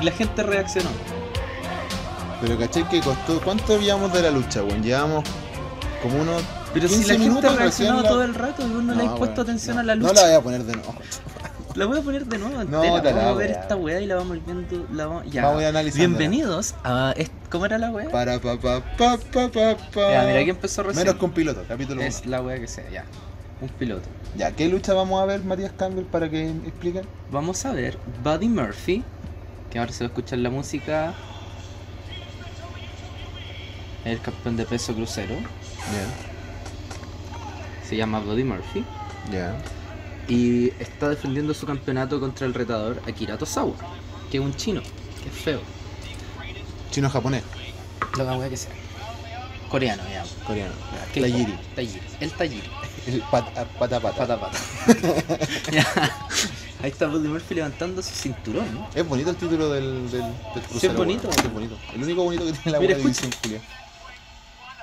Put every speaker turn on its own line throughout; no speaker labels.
y la gente reaccionó.
Pero caché que costó. ¿Cuánto llevamos de la lucha, weón? Llevamos como unos.
Pero si
15
la gente
minutos
reaccionó
recién la-
todo el rato y vos no, le habéis puesto
weón,
atención
no.
a la lucha.
No la voy a poner de nuevo.
La voy a poner de nuevo
No,
entera.
te la
Vamos a ver
weá.
esta weá y la vamos viendo. La vamos... Ya.
Vamos a ir analizando.
Bienvenidos a. est- ¿Cómo era la weá?
Para pa pa pa pa pa pa.
Ya, mira, aquí empezó recién.
Menos con piloto, capítulo 1.
Es la weá que sea, ya. Un piloto.
Ya, ¿qué lucha vamos a ver, Matías Campbell, para que expliquen?
Vamos a ver Buddy Murphy, que ahora se va a escuchar la música. El campeón de peso crucero.
Ya,
Se llama Buddy Murphy.
ya.
Y está defendiendo su campeonato contra el retador Akira Tosawa, que es un chino, que es feo.
Chino japonés,
La weá que sea. Coreano, ya.
coreano.
¿Qué
Tajiri.
co- Tajiri. El Tajiri.
El pat- a- pata pata.
Pata pata. Ya. Ahí está Buddy Murphy levantando su cinturón. ¿no?
Es bonito el título del, del, del crucero.
es bonito.
weón, sí, es bonito. El único bonito que tiene la
Mira,
buena
escucha.
división, Julia.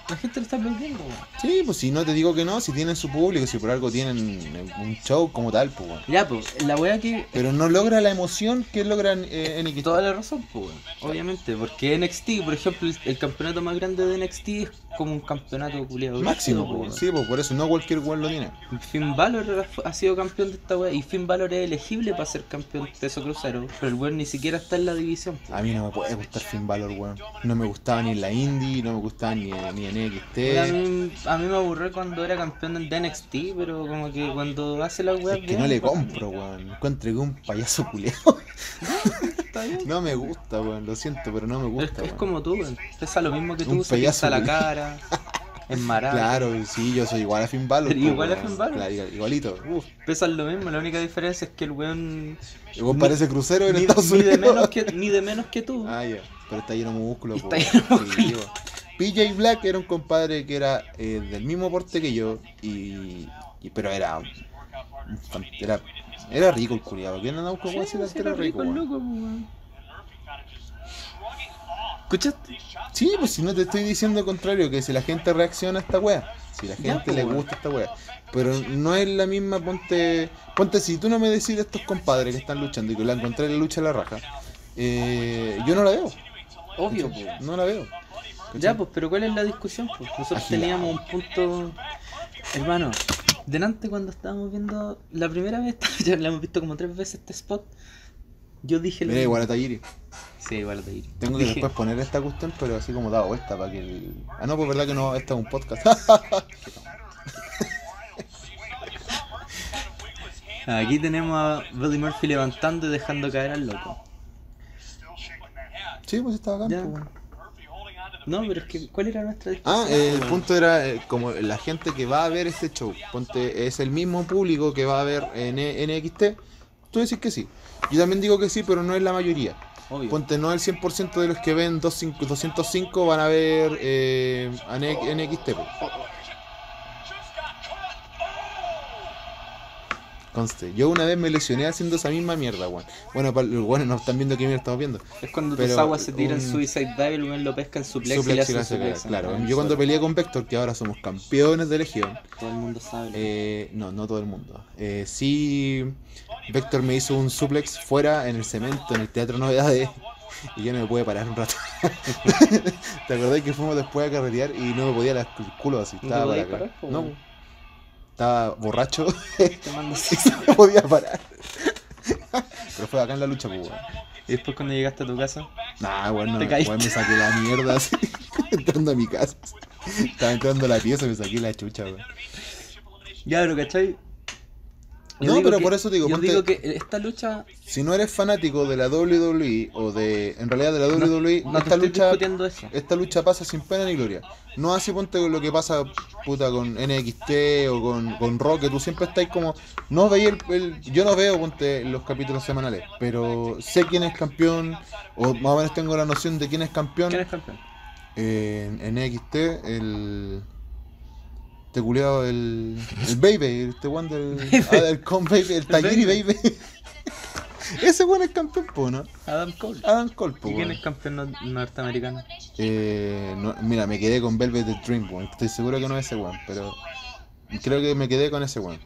La gente lo está aplaudiendo, weón.
Sí, pues si no te digo que no, si tienen su público, si por algo tienen eh, un show como tal, pues bueno.
Ya, pues, la weá que.
Pero no logra la emoción que logra eh, NXT.
Toda la razón, pues, weón. Obviamente, porque NXT, por ejemplo, el, el campeonato más grande de NXT es como un campeonato culiado.
Máximo, pues,
pues.
sí, pues por eso no cualquier weón lo tiene.
Finn Balor ha fu- ha sido campeón de esta weá y Finn Balor es elegible para ser campeón de peso crucero, pero el weón ni siquiera está en la división. po.
A mí no me puede gustar Finn Balor, weón. No me gustaba ni en la indie, no me gustaba ni, ni
A
en NXT.
mí, a mí me aburrió cuando era campeón de NXT, pero como que cuando hace la weá.
Es que no le compro, weón. Encuentro que un payaso culeado.
Está bien.
No me gusta, weón. Lo siento, pero no me
Es,
gusta,
es
weón.
como tú, weón. Pesa lo mismo que tú,
Un
se pinta
payaso,
la
weón.
cara, es marado.
Claro, sí, yo soy igual a Finn Balor.
Pero
po,
igual a
weón.
Finn Balor.
Claro, igual- igualito. Uf.
Pesan lo mismo, la única diferencia es que el weón
El weón
Ni-
parece crucero en
ni,
Estados
ni de
Unidos.
menos que, ni de menos que tú.
Ah, ya. Pero está lleno de músculo.
Y
po,
está lleno de
weón. Sí, weón. PJ Black era un compadre que era eh, del mismo porte que yo. Y, y- pero era, un fan- era. Era rico el culiado. ¿Quién andaba con
Sí,
weón? Sí,
sí,
era rico,
el
weón.
loco, weón. ¿Escuchaste?
Sí, pues si no te estoy diciendo el contrario, que si la gente reacciona a esta wea, si la
Ya,
gente
pues,
le
weón.
gusta esta wea. Pero no es la misma, ponte, ponte si tú no me decís de estos compadres que están luchando y que la encontré en la lucha a la raja, eh, yo no la veo.
Obvio,
¿cachai?
pues.
No la veo. ¿cachai?
Ya, pues, pero ¿cuál es la discusión? Pues nosotros
Agilado.
teníamos un punto. Hermano, delante cuando estábamos viendo. La primera vez, ya la hemos visto como tres veces este spot. Yo dije. lo
Mira,
mismo.
igual a Tayiri.
Sí, igual de ir.
Tengo que
Dije,
después poner esta cuestión, pero así como dado vuelta para que el... Ah, no, pues verdad que no, esta es un podcast.
Aquí tenemos a Buddy Murphy levantando y dejando caer al loco.
sí, pues estaba acá.
Ya.
pues, weón.
No, pero es que, ¿cuál era nuestra
Ah,
discusión?
eh, el
weón?
punto era eh, como la gente que va a ver este show. Ponte, es el mismo público que va a ver en E NXT. Tú decís que sí. Yo también digo que sí, pero no es la mayoría.
Obvio.
Ponte, no el 100% de los que ven 25 205 van a ver eh, a N- NXT. po. Conste, yo una vez me lesioné haciendo esa misma mierda, weón. Bueno, para los weones no están viendo qué mierda estamos viendo.
Es cuando
Pero
tus aguas se tiran
un-
Suicide Dive, el weón lo pesca en su plex y
Suplex
le
y
hace
la
su
saca,
plex.
claro,
Ah,
yo cuando
solo.
peleé con Vector, que ahora somos campeones de Legión,
Todo el mundo sabe. lo-
Eh, no, no todo el mundo. Eh, sí, Vector me hizo un suplex fuera en el cemento, en el Teatro Novedades, y yo no me pude parar un rato. ¿Te acordás que fuimos después a carretear y no me podía las- el culo así?
¿No te
Estaba,
podías
para acá.
parar, po,
no,
weón?
estaba borracho
Te mando así.
y no podía parar. Pero fue acá en la lucha, pues, weón.
Y después cuando llegaste a tu casa,
Nah, bueno,
Te caíste.
me saqué la mierda así, entrando a mi casa. Estaba entrando a la pieza y me saqué la chucha, weón.
ya, pero ¿cachai?
No,
digo
pero
que-
por eso te digo,
yo
ponte-
digo que esta lucha,
Si no eres fanático de la WWE o de. En realidad de la WWE,
no te
esta,
estoy
lucha,
discutiendo eso.
esta lucha pasa sin pena ni gloria. No hace ponte con lo que pasa puta con NXT o con, con Raw, que tú siempre estáis como. No veis el, el- Yo no veo ponte los capítulos semanales, pero sé quién es campeón, o más o menos tengo la noción de quién es campeón.
¿Quién es campeón?
Eh, en NXT, el. Este culiao, el. El Baby, este one del. Ah, del con Baby, el Tajiri
Baby.
Baby. Ese weón es campeón, po, ¿no?
Adam Cole.
Adam Cole, po,
¿Y quién
weón.
es campeón no- norteamericano?
Eh, no- Mira, me quedé con Velvet the Dream, weón. Estoy seguro que no es ese weón, pero. Creo que me quedé con ese weón.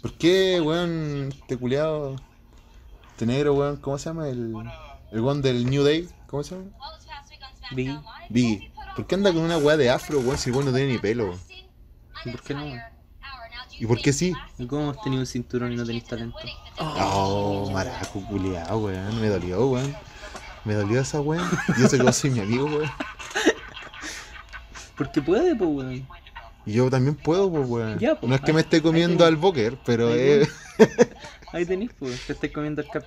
¿Por qué, weón, este culiao. Este negro, weón, ¿cómo se llama? El, el weón del New Day, ¿cómo se llama?
Biggie.
Biggie. ¿Por qué anda con una weá de afro, weón, si el weón no tiene ni pelo?
¿Y por qué no?
¿Y por qué sí?
¿Y cómo has tenido un cinturón y no tenés talento?
Oh, maraco, culiao, weón. Me dolió, weón. Me dolió esa weón. Yo sé que vos sois mi amigo, weón.
Porque puede, pues, weón.
Y yo también puedo, pues, weón.
Ya, pues,
no es que
ahí-
me esté
ahí
comiendo
tenés.
al Booker, pero
Ahí
eh,
Ahí tenés, pues. Te estáis comiendo el cap.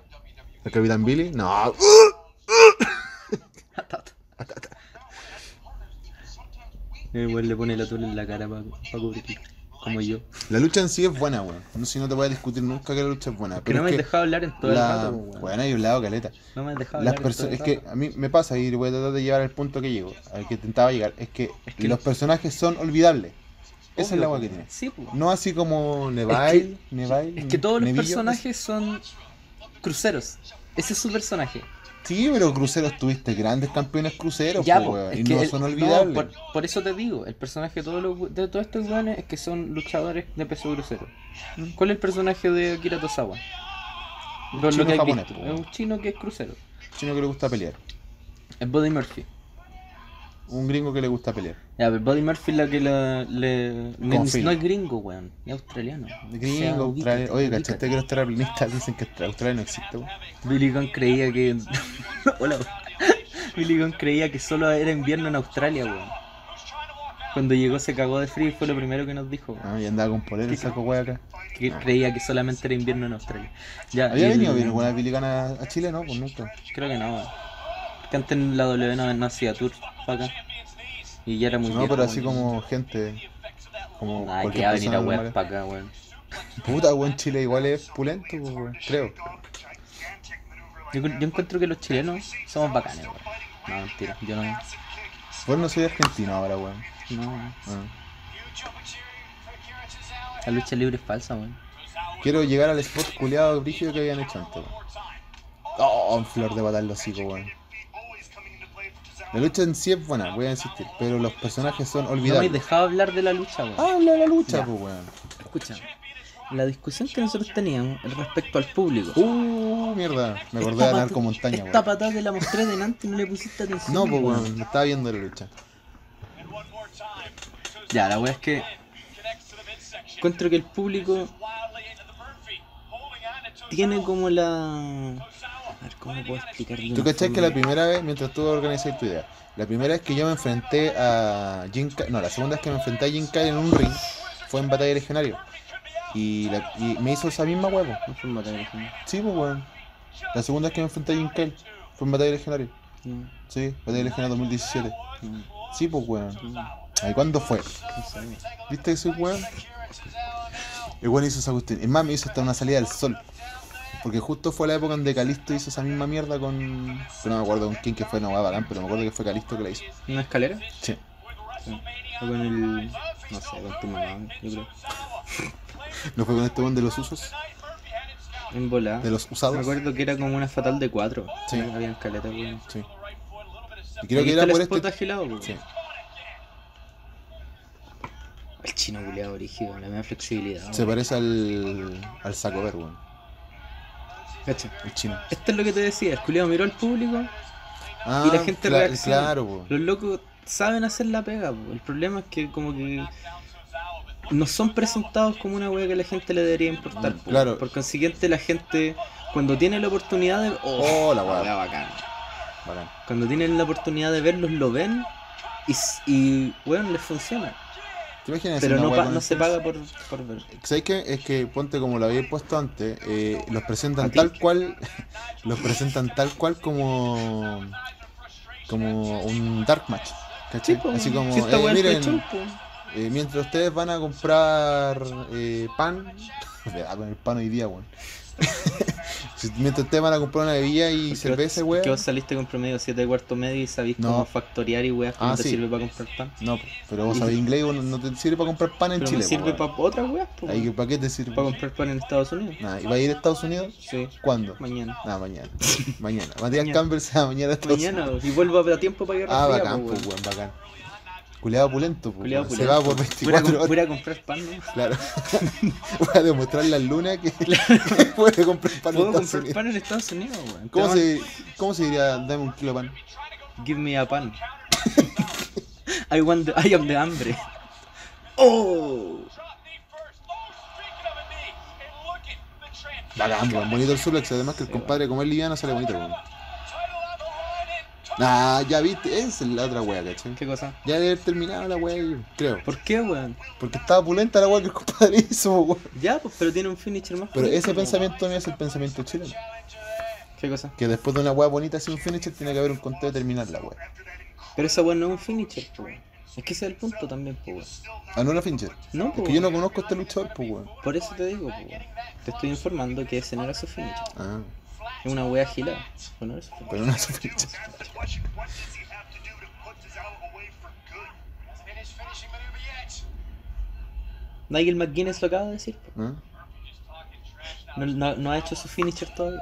¿Al Capitán Billy? No.
Atata. El weón le pone el atole en la cara para cubrir. Como yo.
La lucha en sí es buena, weón. No sé si no te voy a discutir nunca que la lucha es buena.
Que
Ah, Pero
no me
es
has
que
dejado hablar en todo el
la-
rato, pues, weón.
Weón, hay un lado, caleta.
No me has dejado
Las
hablar. en todo
perso-
el
es que
rato.
a mí me pasa y voy a tratar de llegar al punto que llego, al que intentaba llegar, es que,
que-
los personajes son olvidables. Esa es
Obvio,
la agua
pues,
que
weón.
tiene.
Sí, pues.
No así como Neville, Neville.
Es que todos los
Nevillo,
personajes son cruceros. Ese es su personaje.
Sí, pero cruceros tuviste grandes campeones cruceros,
Ya,
po,
po,
weón,
es
y
que
no
el-
son
no,
olvidables.
por, por eso te digo, el personaje de todos, los- de todos estos weones es que son luchadores de peso grosero. ¿Cuál es el personaje de Akira Tozawa?
Mm. Un
Por lo
chino
que has
japonés,
visto,
po,
Es
weón.
un chino que es crucero.
Chino que le gusta pelear,
Es Buddy Murphy.
un gringo que le gusta pelear.
Ya, pero Buddy Murphy es la que la- le... le-
Confirmo.
no es gringo, weón. Es australiano. O sea,
Gringo, australiano.
ubícate,
Oye,
ubícate.
¿cachaste que los terraplanistas dicen que Australia no existe, weón?
Billy Gunn creía que. Hola. Billy Gunn creía que solo era invierno en Australia, weón. Cuando llegó se cagó de frío y fue lo primero que nos dijo, weón.
Ah, y andaba con polera y saco weón acá.
Que creía que solamente era invierno en Australia. Ya,
¿Había
Ah, y-
venido bien alguna pilicana a Chile? No, pues nunca.
Creo que no, weón. Porque antes en la W no, no hacía tour para acá. Y ya era muy
No,
viejo,
pero así
weón.
como gente. Como
pues, Ay, que
cualquier
va a venir a
persona
weas
normal.
para acá, weón.
Puta, weón, Chile igual es pulento, pues, weón, creo.
Yo, yo encuentro que los chilenos somos bacanes, weón. No, mentira, yo no.
Vos no soy argentino ahora, weón.
No, weón.
Ah.
La lucha libre es falsa, weón.
Quiero llegar al spot culeado brígido que habían hecho antes, weón. Oh, un flor de patal los hocico, weón. La lucha en sí es buena, voy a insistir, pero los personajes son
No me has
olvidables.
dejado hablar de la lucha, weón.
Habla de la lucha,
Ya.
pues, weón.
Escucha, la discusión que nosotros teníamos respecto al público.
Uh, mierda, me acordé de Narco Montaña,
Esta
weón.
patada que la mostré delante y no le pusiste atención.
No, pues, weón, no estaba viendo la lucha.
Ya, la wea es que encuentro que el público tiene como la... A ver, ¿cómo puedo explicar?
¿Tú cachás que la primera vez, mientras tú organizas tu idea, la primera vez que yo me enfrenté a Jim Car- no, la segunda vez que me enfrenté a Jim Carrey en un ring fue en Batalla de Legionario. Y, la- y me hizo esa misma huevo.
No fue un batalla de género,
Sí, pues, weón. La segunda vez que me enfrenté a Jim Carrey fue en Batalla de Legionario.
no,
Sí, Batalla de Legionario 2017.
no,
Sí, pues, weón.
no,
¿Ay, cuándo fue?
no sé, weón.
¿Viste que soy weón? El weón hizo esa cuestión. Es más, me hizo hasta una salida del sol. Porque justo fue la época donde Calisto hizo esa misma mierda con. Pero no me acuerdo con quién que fue, no va a bacán, pero me acuerdo que fue Calisto que la hizo.
¿Una escalera?
Sí.
O con el... No sé, con tu mamá, yo creo.
¿No fue con este buen de los usos?
En volada.
¿De los
Me
usados?
acuerdo que era como una fatal de cuatro.
Sí.
Había escaleta, weón.
Sí. Y creo
Aquí
que era
está
por
el spot
este.
agilado, weón.
Sí.
El chino culiado origido, la misma flexibilidad. weón.
Se parece al. al saco ver, weón. pues.
Cacha.
El chino.
Esto es lo que te decía, el culiado miró al público,
Ah,
Y la gente
cla-
reacciona.
Claro, weón.
los locos saben hacer la pega, po. el problema es que como que no son presentados como una wea que la gente le debería importar. po.
Mm, Claro.
Por consiguiente la gente cuando tiene la oportunidad de...
Oh, la wea.
bacán.
Bacán.
Cuando tienen la oportunidad de verlos, lo ven y, s- y weón, les funciona.
¿Te imaginas
Pero
una
no,
wea
pa-
con
no
eso?
se paga por, por ver.
¿Sabes qué? Es que ponte como lo había puesto antes, eh, los
¿A
presentan
ti?
tal cual, los presentan tal cual como como un dark match, ¿cachai?
po,
Así como,
si esta
eh,
wea es
miren,
pre-show, po.
eh, mientras ustedes van a comprar eh, pan, me da con el pan hoy día, weón. Si- mientras ustedes van a comprar una bebida y
Porque
cerveza,
vos- Que
weón.
vos saliste con promedio 7 y cuarto medio y sabís
No.
cómo factorear y weas que
Ah,
no te
sí.
sirve para comprar pan.
No, pero vos sabés inglés, weón, no te sirve para comprar pan en
Pero
Chile, pues,
me sirve
para...
para otras weas, po.
¿Para qué te sirve?
Para pues, comprar pan en Estados Unidos.
Nah, ¿Y va a ir a Estados Unidos?
Sí,
¿Cuándo?
mañana.
Ah, mañana. mañana. Matías
Mañana.
Campbell se va mañana a Estados
Mañana, y vuelvo a tiempo para guerra
Ah,
fría,
bacán,
po,
pues,
weón.
weón, bacán. Culeado opulento, pues,
Culeado
weón.
opulento.
Se
Fuera,
va por 24
com-
horas.
fuera a comprar pan, ¿no?
Claro. Voy a demostrar la luna que, que puede comprar pan en
Puedo
Estados
comprar
Unidos.
pan en Estados Unidos, weón.
¿Cómo
Te
se, ¿Cómo se diría dame un kilo de pan?
van- Give me a pan. I want the... I am the hambre. Oh.
Bacán, weón. Bonito el suplex. Además que el
Sí,
compadre, como es liviano, sale bonito, weón. Nah, ya viste. Esa es la otra wea, ¿cachai?
¿Qué cosa?
Ya debe haber terminado la wea, yo creo.
¿Por qué, weón?
Porque estaba opulenta la wea que el compadre hizo, weón.
Ya, pues, pero tiene un finisher más.
Pero
bonito,
ese
weón.
pensamiento no es el pensamiento chileno.
¿Qué cosa?
Que después de una wea bonita sin un finisher, tiene que haber un conteo de terminar la wea.
Pero esa weón no es un finisher, po, weón. Es que ese es el punto también, po, weón.
Anula Fincher.
No, po,
Es que yo
weón.
no conozco a este luchador, pues, weón.
Por eso te digo, po, weón. Te estoy informando que ese no era su finisher.
Ah,
Es una wea gilada. Bueno, no era su finisher.
pero no es su finisher.
Nigel McGuinness lo acaba de decir, po.
¿Ah?
No, no- no ha hecho su finisher todavía.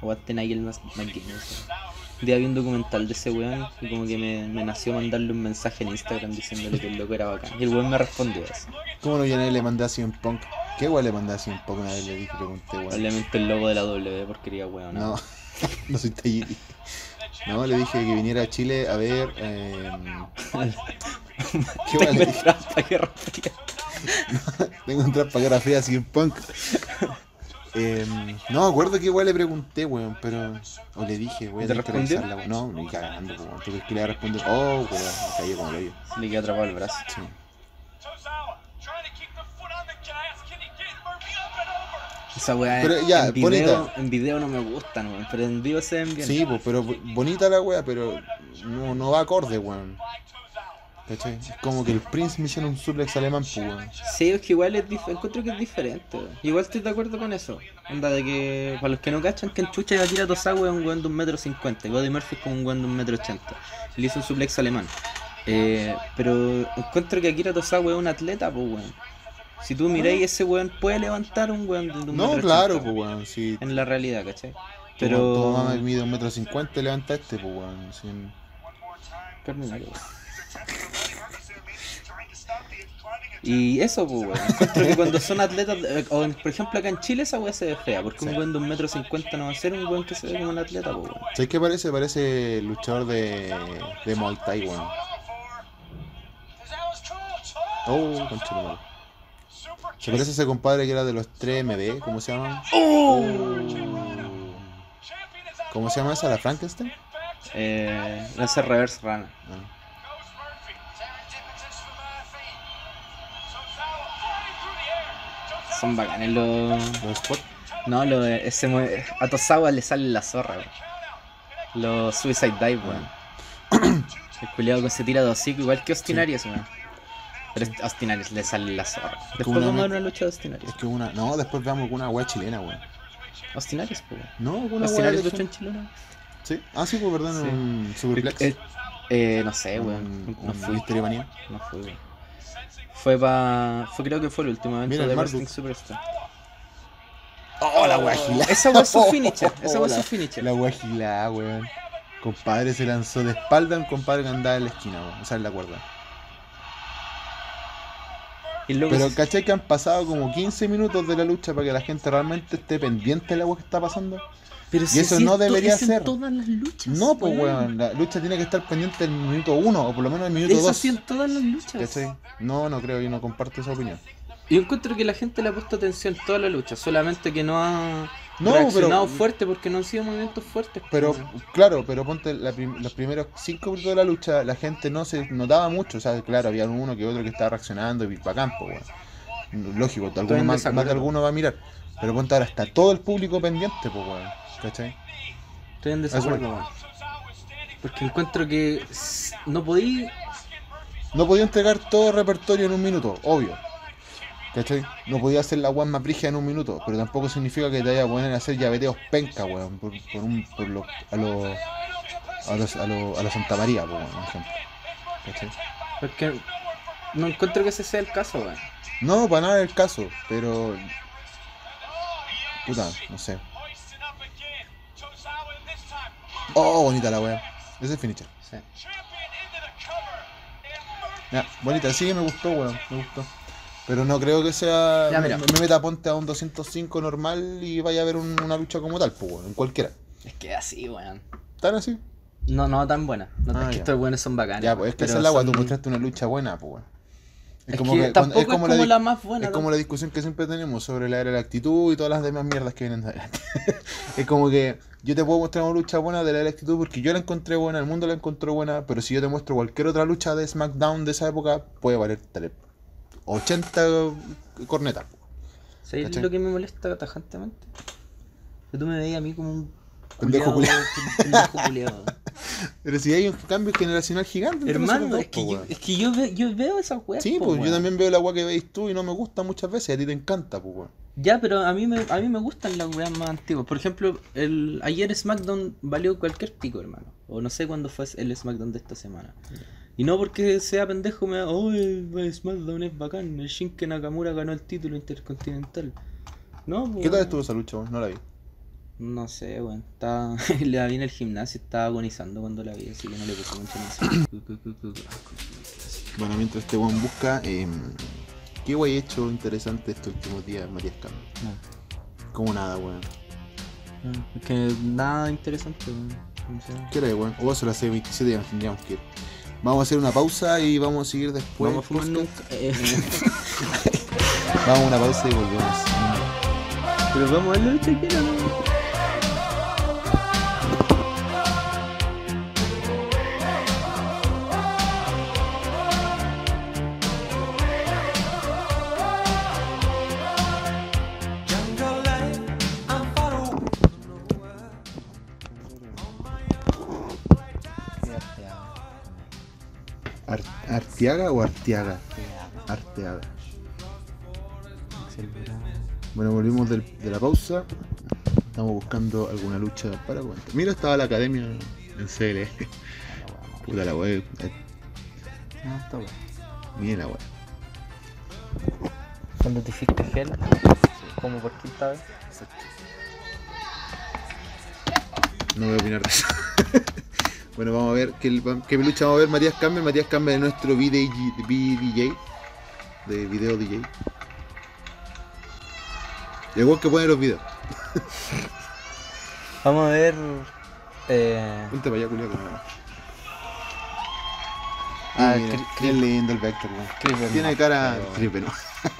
Aguante Nigel Mas- McGuinness. weón. Un día vi un documental de ese weón y como que me, me nació mandarle un mensaje en Instagram diciéndole que el loco era bacán. Y el weón me respondió eso.
¿Cómo no viene le mandé a CM Punk? ¿Qué wea le mandé a CM Punk una vez? Le dije, pregunté, weón.
Probablemente el logo de la W porquería weón.
No, no soy Tayiri. No, le dije que viniera a Chile a ver. em, ¿Qué wea
Tengo
le dije?
trampa, qué rápido.
Tengo un trap para cara fría a CM Punk. Em, no me acuerdo qué wea le pregunté, weón, pero. O le dije, weón,
¿Te
tenés que
respondió?
revisarla, weón. No, ni cagando, weón. ¿Tú crees que le va a responder? Oh, weón, me cayó como el hoyo.
Le quedó atrapado el brazo.
Sí.
Esa weá
Pero ya,
en, video,
bonita.
en video no me gustan, weón. Pero en vivo se ven bien.
Sí, pues, pero bo- bonita la wea, pero no, no va acorde, weón. ¿Cachai? Es como que el Prince me hicieron un suplex alemán, pues, weón.
Sí, es que igual es dif- encuentro que es diferente. weón. Igual estoy de acuerdo con eso. Onda de que, para los que no cachan, que en Chucha de Akira Tosawa es un weón de un metro cincuenta. Y Buddy Murphy es como un weón de un metro ochenta. Le hizo un suplex alemán. Eh, pero encuentro que Akira Tosawa es un atleta, pues weón. Si tú miráis, ese weón puede levantar un weón de un
No,
metro
claro,
ochenta,
pues, weón. Si
En la realidad, ¿cachai?
pero... tu
Pero...
mamá mide un metro cincuenta, levanta este, pues, weón. sin-
Carminario. Y eso, pues, weón. Encuentro que cuando son atletas, eh, o en- por ejemplo acá en Chile, esa weá se ve fea, porque un
Sí.
weón de un metro cincuenta no va a ser un weón que se ve como un atleta, pues, weón.
¿Sabes qué parece? Parece luchador de, eh, de Muay Thai, weón. Oh, conchetumare. Se parece a ese compadre que era de los 3MB, ¿cómo se llama?
Oh.
¡Oh! ¿Cómo se llama esa? ¿La Frankenstein?
Eh, no sé, reverse rana.
Ah.
Son bacanes los.
¿Los Sport?
No, los. Ese mue- A Tosawa le sale la zorra, weón. Los Suicide Dive, weón. El culiado que se tira de hocico, igual que Austin
Mm. Sí.
Aries, weón. Pero es- Austin Aries le sale la zorra. Después
una
vamos a ver una
meta-
lucha de Austin Aries.
Es que una. No, después veamos una wea chilena, weón.
Austin Aries, pues, weón.
No, una
Austin
wea.
Aries
de
luchó en
Chile.
Chile, ¿no?
Sí. Ah, sí, pues, perdón,
Sí.
un Superplex.
Eh, eh, no sé, weón.
un,
No
un
fui.
Misterio Manía.
No fui, weón. Fue pa. Fue, creo que fue el último evento
Mira, el
de
Marduk.
Wrestling Superstar.
¡Oh, la wea gilada!
Esa weón es su finisher. Esa weón es
la-
su finisher.
La wea gilada, weón. Compadre se lanzó de espalda a un compadre que andaba en la esquina, weón. O sea, en la cuerda.
Y luego
Pero
se-
¿cachai que han pasado como 15 minutos de la lucha para que la gente realmente esté pendiente de la wea que está pasando?
pero si
eso
así
no
es to-
debería
es en
ser.
todas las luchas.
No, pues weón, la lucha tiene que estar pendiente del minuto 1 o por lo menos el minuto
Eso así
2.
en todas las luchas.
¿Cachai? No, no creo, yo no comparto esa opinión.
Yo encuentro que la gente le ha puesto atención toda la lucha, solamente que no ha
No,
reaccionado
pero-
fuerte porque no han sido movimientos fuertes.
Pero,
weón.
claro, pero ponte la prim- los primeros 5 minutos de la lucha, la gente no se notaba mucho. O sea, claro, había uno que otro que estaba reaccionando y para campo, weón. Lógico, alguno
en
más,
desacuerdo.
más de alguno va a mirar. Pero ponte ahora, está todo el público pendiente, pues weón. ¿Cachai?
estoy en
Eso,
desacuerdo.
weón.
Porque encuentro que s- no podí.
No podía entregar todo el repertorio en un minuto, obvio. ¿Cachai? No podía hacer la guan más brígida en un minuto, pero tampoco significa que te vaya a poner a hacer llaveteos penca, weón, por, por un, por lo, a los a los a los a los Santa María, por ejemplo. ¿Cachai?
Porque no encuentro que ese sea el caso, weón.
No, para nada es el caso, pero puta, no sé. Oh, bonita la weá. Ese es finisher.
Sí.
Ya, bonita, sí, me gustó, weón, me gustó. Pero no creo que sea.
Ya,
me,
mira.
me meta ponte a un 205 normal y vaya a haber un- una lucha como tal, pues, weón, en cualquiera.
Es que así, weón.
¿Tan así?
No, no tan buena. No,
Ah,
es que
ya.
estos weones son bacanes.
Ya, pues es que
pero
esa es la weá,
son-
tú mostraste una lucha buena, pues, weón.
Es que tampoco es como
di-
la más buena,
Es como la discusión que siempre tenemos sobre la era de la actitud y todas las demás mierdas que vienen de adelante. es como que yo te puedo mostrar una lucha buena de la era de la actitud porque yo la encontré buena, el mundo la encontró buena, pero si yo te muestro cualquier otra lucha de SmackDown de esa época, puede valer tele- 80 cornetas. po.
¿Sabes
¿Cachai?
lo que me molesta tajantemente? Que tú me veías a mí como un
Pendejo
culiao, pendejo culiao.
Pero si hay un cambio generacional gigante. entre
Hermano,
nosotros
es que,
dos, po,
yo,
weón.
es que yo, ve- yo veo esas weas.
Sí,
po,
pues yo
weón.
también veo la agua que veis tú y no me gusta muchas veces, y a ti te encanta, pues, weón.
Ya, pero a mí, me, a mí me gustan las weas más antiguas. Por ejemplo, el, ayer SmackDown valió cualquier pico, hermano. O no sé cuándo fue el SmackDown de esta semana. Y no porque sea pendejo me da, oh, el el SmackDown es bacán, el Shinken Nakamura ganó el título intercontinental. No,
¿Qué tal
weón.
estuvo esa lucha, weón? No la vi.
No sé, weón. Estaba... la vi en el gimnasio, estaba agonizando cuando la vi, así que no le puse mucha atención.
Bueno, mientras este weón busca, eh, ¿qué wey hecho interesante estos últimos días, Matías Campbell? Como nada, weón.
No, no, es que nada interesante, weón. No sé.
¿Qué era, weón? O eso lo hace 27 días, tendríamos que ir. Vamos a hacer una pausa y vamos a seguir después.
Vamos a fumar nunca. eh,
Vamos a una pausa y volvemos.
Pero vamos a ver lo que quieran, weón.
Ar- ¿Arteaga o Arteaga? Arteaga. Bueno, volvimos del- de la pausa. Estamos buscando alguna lucha para comentar. Mira, estaba la academia en CL. Puta la web.
No, Ah, está bueno.
Miren la web.
Cuando te hiciste gel, como por quinta vez.
No voy a opinar de eso. bueno, vamos a ver qué, qué lucha vamos a ver Matías Campbell. Matías Campbell es nuestro VDJ, VDJ, de video DJ. Y El weón que pone los videos.
Vamos a ver. Eh,
Ponte para allá, culiao, que no me va.
Ah,
Y mira,
cri-
qué
cri-
lindo el Vector, weón.
Creeper
Tiene
no,
cara.
pero bueno.
Creeper no.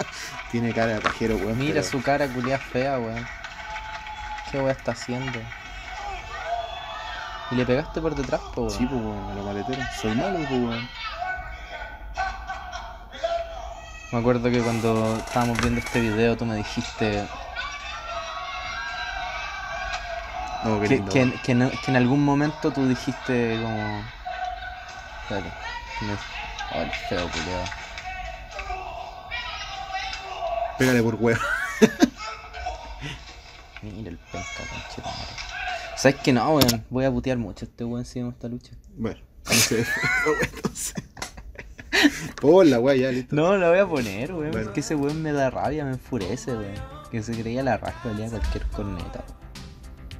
Tiene cara de pajero, weón.
Mira
pero-
su cara culia fea, weón. ¿Qué weón está haciendo? ¿Y le pegaste por detrás, po, weón?
Sí, pues, weón, a la maletera. Soy malo, pues, weón.
Me acuerdo que cuando estábamos viendo este video tú me dijiste
No, qué
que,
lindo,
que
weón.
en- que en, que en algún momento tú dijiste como... Espérate. que me- Oh, el feo culiao.
Pégale por weón.
Mira el penca, conchetumare. ¿Sabes que no, weón? Voy a putear mucho a este weón si vemos esta lucha.
Bueno, entonces. Hola, weón, ya listo.
No, la voy a poner, weón.
Bueno.
Porque ese weón me da rabia, me enfurece, weón. Que se creía la raspa, leía cualquier corneta.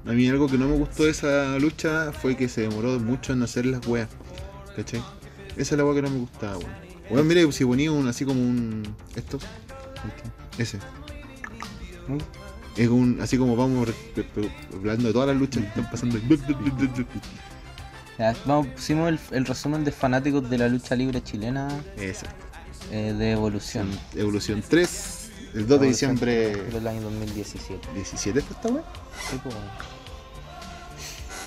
weón.
A mí algo que no me gustó de esa lucha fue que se demoró mucho en hacer las weas. ¿Cachai? Esa es la wea que no me gustaba, weón. Weón, mire, si ponía un así como un. Esto, ese.
¿Mm?
Es un. Así como vamos re- re- hablando de todas las luchas que están pasando.
Ya, vamos, pusimos el, el resumen de fanáticos de la lucha libre chilena
Esa.
eh, de Evolución.
Evolución 3, el 2 de
Evolución
diciembre.
Del año 2017.
17 fue esta wea?
Sí, po, weón.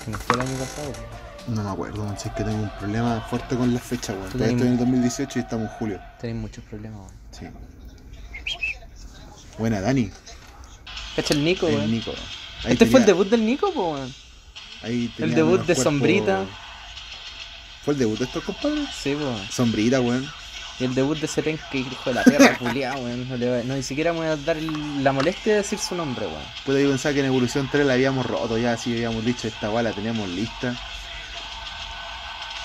Que no fue el año pasado. pues, weón.
No me acuerdo, man, si es que tengo un problema fuerte con las fechas, weón.
Tú
Todavía
tenés-
estoy en el 2018 y estamos en julio.
Tenéis muchos problemas, weón.
Sí. Buena, Dani.
Cacha el Nico,
El
weón.
Nico. Ahí
Este fue el
tenía-
debut del Nico, po, weón.
ahí
el
tenían
debut
unos
de
cuerpos-
Sombrita.
¿Fue el debut de estos compadres?
Sí, po, weón.
Sombrita, weón.
Y el debut de Serenque, hijo de la perra, culiao, weón. No, le va- no, ni siquiera me voy a dar el- la molestia de decir su nombre, weón.
Puede yo pensar que en Evolución 3 la habíamos roto ya, así habíamos dicho, esta bala la teníamos lista.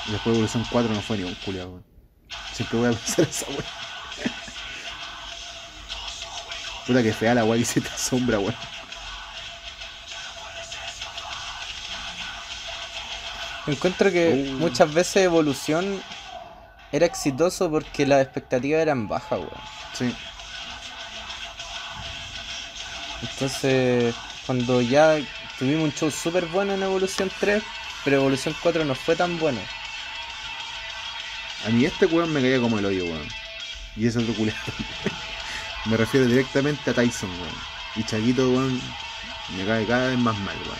Y después Evolución 4 no fue ni un culiao, weón. Siempre voy a pensar esa weón. Puta que fea la weá que se te asombra, weón.
Encuentro que
Uh.
muchas veces evolución Era exitoso porque las expectativas eran bajas, weón.
Sí.
Entonces, cuando ya tuvimos un show súper bueno en Evolución 3, pero Evolución 4 no fue tan bueno.
A mí este weón me caía como el hoyo, weón. Y ese otro culero. me refiero directamente a Tyson, weón. Y Chaquito, weón, me cae cada vez más mal, weón.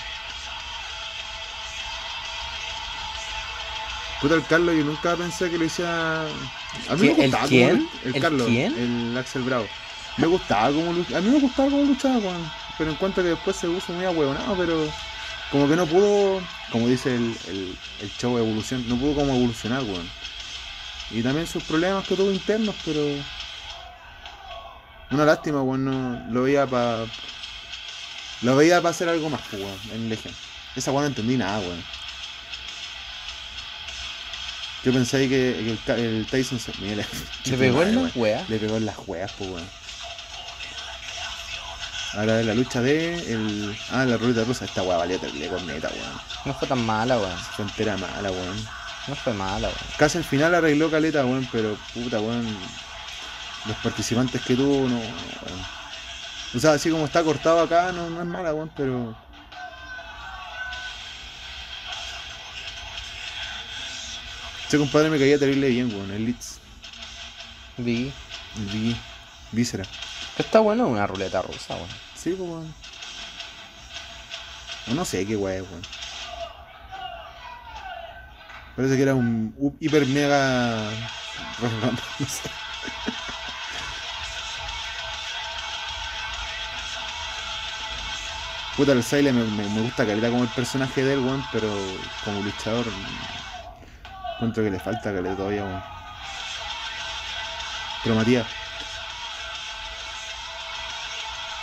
Puta, el Carlos, yo nunca pensé que lo hiciera. A
¿Qué-
mí me
el
gustaba. como
quién?
El,
¿El
Carlos,
quién?
el Axel Bravo. Me gustaba como luchaba. A mí me gustaba como luchaba, weón. Pero en cuanto que después se puso muy ahueonado, pero. Como que no pudo, como dice el, el, el show de evolución, no pudo como evolucionar, weón. Y también sus problemas que tuvo internos, pero. Una lástima, weón, no, lo veía para. Lo veía para hacer algo más, pues, weón, en Legion. Esa weón no entendí nada, weón. Yo pensé que, que el, Ca- el Tyson se. Mira, la-
Le pegó en
Madre,
las weas.
le pegó en las juegas, pues weón. Ahora de la lucha de el. Ah, la ruleta rusa, esta weá valió terrible corneta, weón.
No fue tan mala, weón.
Frontera mala, weón.
No fue mala, weón.
Casi al final arregló caleta, weón, pero puta, weón. Los participantes que tuvo, no, weón. O sea, así como está cortado acá, no, no es mala, weón, pero. Este compadre me caía terrible bien, weón, el Leeds.
Vi.
El Vicky. Víscera.
Pero está bueno una ruleta rusa, weón.
Sí, pues, weón. O No sé qué weón es, weón. Parece que era un u- hiper mega. no sé. Puta, el Saile me, me- me gusta caleta como el personaje del weón, pero como luchador. mm, Encuentro que le falta caleta todavía, weón. Pero Matías.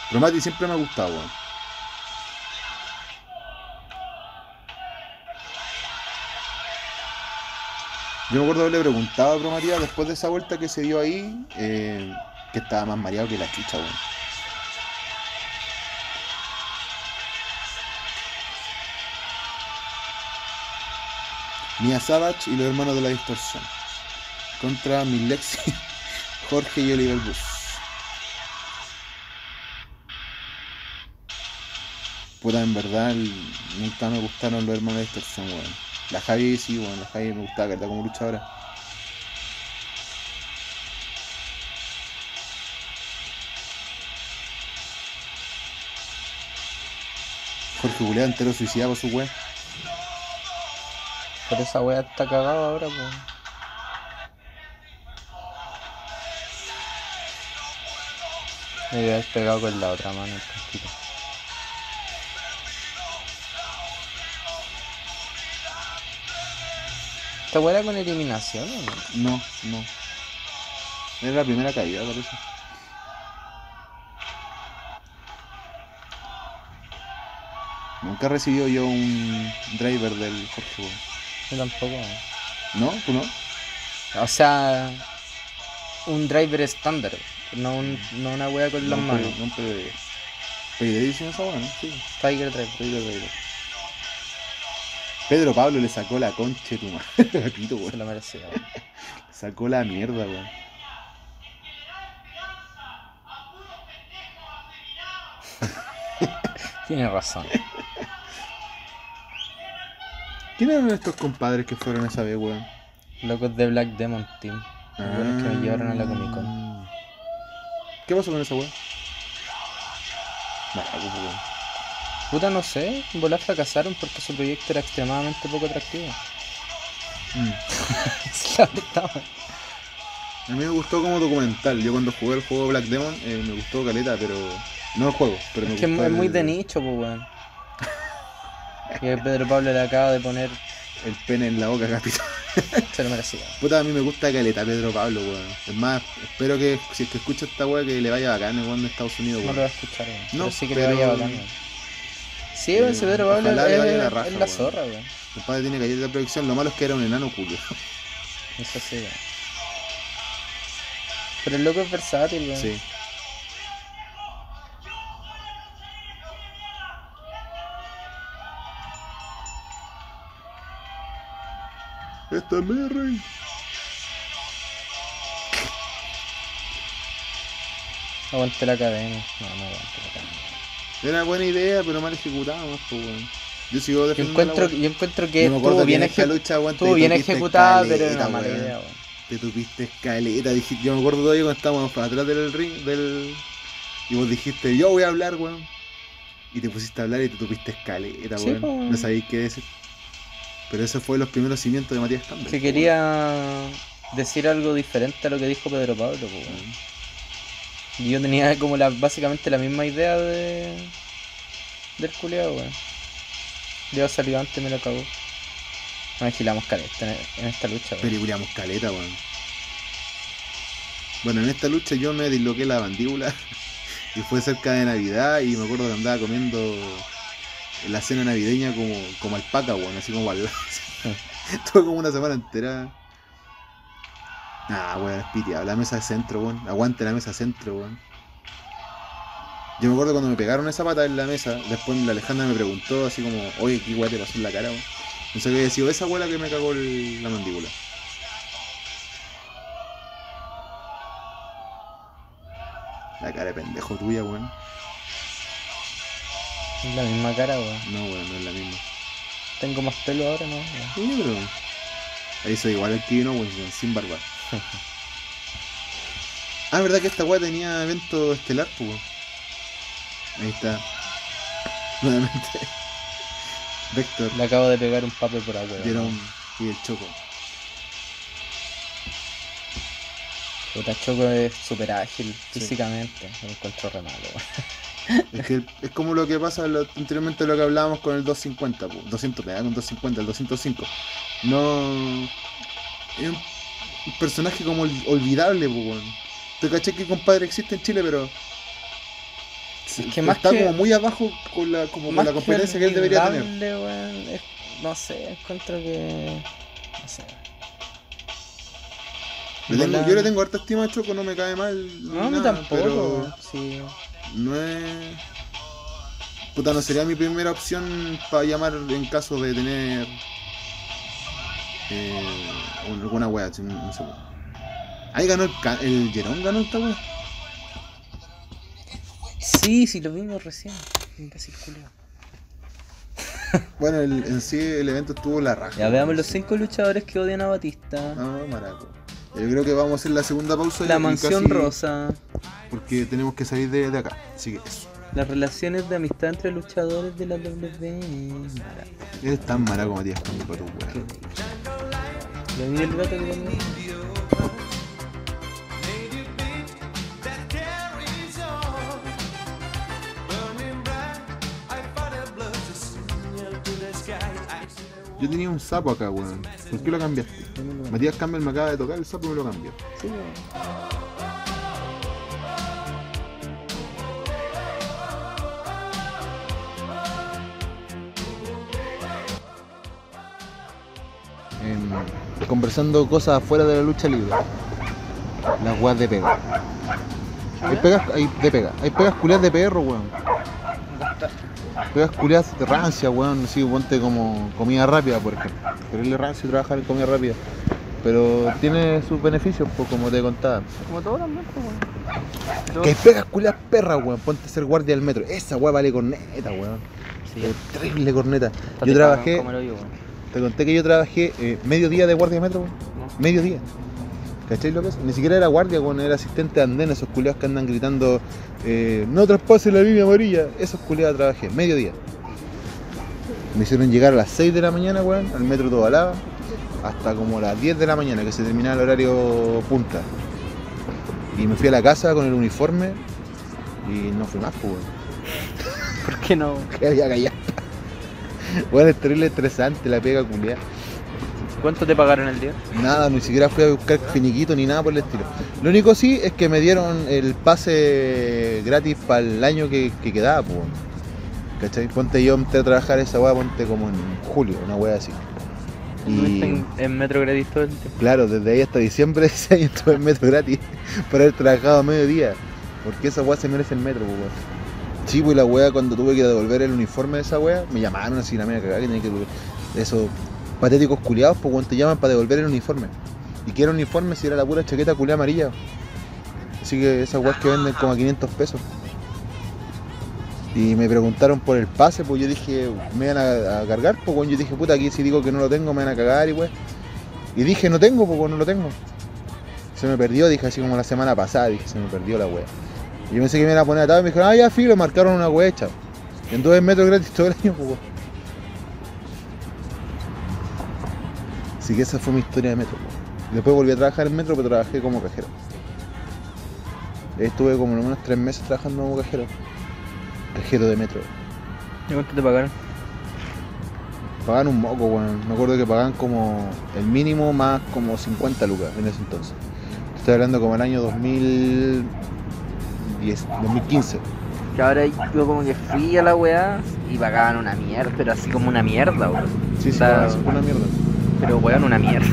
Pero Mati siempre me ha gustado, weón. Yo me acuerdo haberle preguntado a Pro María después de esa vuelta que se dio ahí, eh, que estaba más mareado que la chucha, weón. Mia Savage y los hermanos de la distorsión. Contra Milexi, Jorge y Oliver Bus. Puta, en verdad, el- nunca me gustaron los hermanos de distorsión, weón. La Javi sí, weón, la Javi me gustaba, ¿verdad? Como luchadora. Jorge Julián entero suicidado por su weón.
Pero esa weá está cagada ahora, weón. Me debe haber pegado con la otra mano el casquito. ¿Esta weá era con eliminación o no?
No, no. Era la primera caída, parece. Nunca recibió yo un driver del Jorge, weón.
Yo tampoco. weón.
¿No? ¿Tú no?
O sea, un driver estándar, no, un- no una wea con las
no,
manos.
No, pero. Pero le dicen esa weón, sí.
Tiger driver.
Pedro Pedro. Pedro Pablo le sacó la concha de tu madre, Pito,
Se
weón.
lo merecía. weón.
Sacó la mierda, weón.
Tiene razón.
¿Quiénes eran estos compadres que fueron esa vez, weón?
Locos de Black Demon Team. Los
Ah,
buenos que me llevaron a la Comic Con.
¿Qué pasó con esa weón? Nah, pues, weón.
Puta, no sé, en volar fracasaron porque su proyecto era extremadamente poco atractivo.
Mm.
Es la verdad, weón.
A mí me gustó como documental. Yo cuando jugué el juego Black Demon eh, me gustó caleta, pero. No el juego, pero me
Es que es
gustó.
muy- es
el-
muy de nicho, pues, weón. Y el Pedro Pablo le acaba de poner,
El pene en la boca, capitán.
se lo merecía.
Puta, a mí me gusta Caleta, Pedro Pablo, weón. Es más, espero que si es que escucha esta weá que le vaya bacán el weón de Estados Unidos,
No
weón.
lo va a escuchar, weón.
No,
pero sí que
pero-
le vaya bacán, weón. Sí, weón, ese
Eh,
Pedro Pablo
ojalá le vaya
es
la raja,
es la
weón.
zorra, weón.
Compadre tiene caleta de proyección, lo malo es que era un enano culo.
Eso sí, weón. Pero el loco es versátil, weón.
Sí. Esta es mi rey.
Aguante la cadena. No, no aguante la cadena.
Era buena idea, pero mal ejecutada, más, pues, weón. Yo sigo
Yo
defendiendo.
encuentro,
la weá.
yo encuentro que
Yo me acuerdo
estuvo
que
bien,
en esta
eje-
lucha, weón, te
estuvo bien
tupiste
ejecutada, pero era
escaleta,
una mala
weón.
idea, weón.
Te tuviste escaleta. dijiste- Yo me acuerdo todavía cuando estábamos para atrás del ring. del Y vos dijiste, yo voy a hablar, weón. Y te pusiste a hablar y te tuviste escaleta,
Sí,
weón.
po, weón.
No sabéis qué decir. Pero esos fue los primeros cimientos de Matías Campbell.
Que
po,
quería decir algo diferente a lo que dijo Pedro Pablo, pues,
weón.
weón. Y Yo tenía como la, básicamente la misma idea de. del culiado, weón. Leo salió antes, me lo cagó. Nos vigilamos caleta en, en esta lucha, weón.
Peliculeamos caleta, weón. Bueno, en esta lucha yo me disloqué la mandíbula y fue cerca de Navidad y me acuerdo que andaba comiendo la cena navideña como, como alpaca, weón, así como al Estuve como una semana entera. Ah, weón, es piteado. La mesa de centro, weón. Aguante la mesa de centro, weón. Yo me acuerdo cuando me pegaron esa pata en la mesa, después la Alejandra me preguntó así como, oye, qué weón te pasó en la cara, weón. Pensé que había sido esa abuela que me cagó el- la mandíbula. La cara de pendejo tuya, weón.
Es la misma cara, weón.
No, weón, no es la misma.
Tengo más pelo ahora, ¿no? weón?
Sí, pero... Ahí soy igual al Kino, weón, sin- sin barba. ah, verdad que esta weá tenía evento estelar, pues, weón. Ahí está. Nuevamente. Vector.
Le acabo de pegar un papel por agua,
Jerome y el Choco.
Puta Choco es súper ágil
Sí.
físicamente. Lo encuentro re malo, weón.
Es que el- es como lo que pasa lo- anteriormente lo que hablábamos con el 250, po. 200, me da con 250, el 205. No. Es un, un personaje como ol- olvidable, po, weón. Te caché que compadre existe en Chile, pero. se-
que más
está
que-
como muy abajo con la, como con la competencia que él debería tener.
olvidable, weón, es- no sé, encuentro que. No sé.
Le tengo-
Hola.
yo le tengo harta estima a Choco, no me cae mal. ni
No, a mí
nada,
tampoco.
pero-
Sí.
No es. Puta, no sería mi primera opción para llamar en caso de tener. Eh, un- alguna wea, si no, no sé. Ahí ganó el, ca- el Jerón, ganó esta wea.
sí, sí, lo vimos recién. Imbécil culiao.
Bueno, el- en sí el evento estuvo la raja.
Ya veamos los cinco luchadores que odian a Batista.
No, maraco. Yo creo que vamos a hacer la segunda pausa. y-
la
y
mansión
Ah, casi-
rosa.
Porque tenemos que salir de, de acá. Así que eso.
Las relaciones de amistad entre luchadores de la WWE.
Eres tan maraco, Matías, como para tu wea.
Lo vi el gato que tenía.
Yo tenía un sapo acá, weón. ¿Por qué lo cambiaste? Matías Campbell me acaba de tocar el sapo y me lo cambió.
Sí, weón.
em, conversando cosas afuera de la lucha libre. Las weas de pega. Hay pegas hay de pega. Hay pegas culiadas de perro, weón. Pegas culiadas de rancia, weón. Sí, ponte como comida rápida, por ejemplo. Quererle rancia y trabajar en comida rápida. Pero tiene sus beneficios, pues, como te contaba.
Como todos los locos, weón.
Que hay pegas culiadas perras, weón. Ponte a ser guardia del metro. Esa wea vale corneta, weón.
Sí.
Terrible corneta. Yo trabajé.
Como lo yo, weón.
Te conté que yo trabajé eh, medio día de guardia de metro, weón.
No.
Medio día. ¿Cachai lo que es? Ni siquiera era guardia, weón, era asistente de andén, esos culiados que andan gritando, eh, no traspasen la línea amarilla. Esos culiados trabajé, medio día. Me hicieron llegar a las 6 de la mañana, weón, al metro Tobalaba, hasta como las 10 de la mañana, que se terminaba el horario punta. Y me fui a la casa con el uniforme y no fui más, pues, weón
¿Por qué no?
que había callado. Bueno, es terrible estresante la pega culiada.
¿Cuánto te pagaron el día?
Nada, ni siquiera fui a buscar finiquito ni nada por el estilo. Lo único sí es que me dieron el pase gratis para el año que, que quedaba, pues. weón. ¿Cachai? Ponte yo entré a trabajar esa weá, ponte como en julio, una weá así. Y
En, en Metro Gratis todo el tiempo.
claro, desde ahí hasta diciembre de ese año estuve en metro gratis por haber trabajado a mediodía. Porque esa weá se merece el metro, pues, weón. Sí, pues la weá cuando tuve que devolver el uniforme de esa weá, me llamaron así la media cagada que tenía que devolver. Esos patéticos culiados, pues weón, te llaman para devolver el uniforme. ¿Y qué era el uniforme si era la pura chaqueta culiada amarilla? Así que esas weas que venden como a 500 pesos. Y me preguntaron por el pase, pues yo dije, me van a, a cargar, pues weón. Yo dije, puta, aquí si digo que no lo tengo, me van a cagar y weón. Y dije, no tengo, pues weón, no lo tengo. Se me perdió, dije así como la semana pasada, dije, se me perdió la wea. Y yo pensé que me iban a poner atado y me dijeron, ah, ya filo, marcaron una wea, chavo. Y entonces metro gratis todo el año, pues weón. Así que esa fue mi historia de metro, weón. Después volví a trabajar en metro, pero trabajé como cajero. Estuve como lo menos tres meses trabajando como cajero. Cajero de metro.
¿Y cuánto te pagaron?
Pagaban un moco, weón. Me acuerdo que pagaban como el mínimo más como 50 lucas en ese entonces. Te Estoy hablando como el año 2010, 2015.
Que ahora yo como que fui a la weá y pagaban una mierda, pero así como una mierda, weón.
Sí, sí,
Claro.
bueno, eso fue una mierda.
Pero weón, una mierda.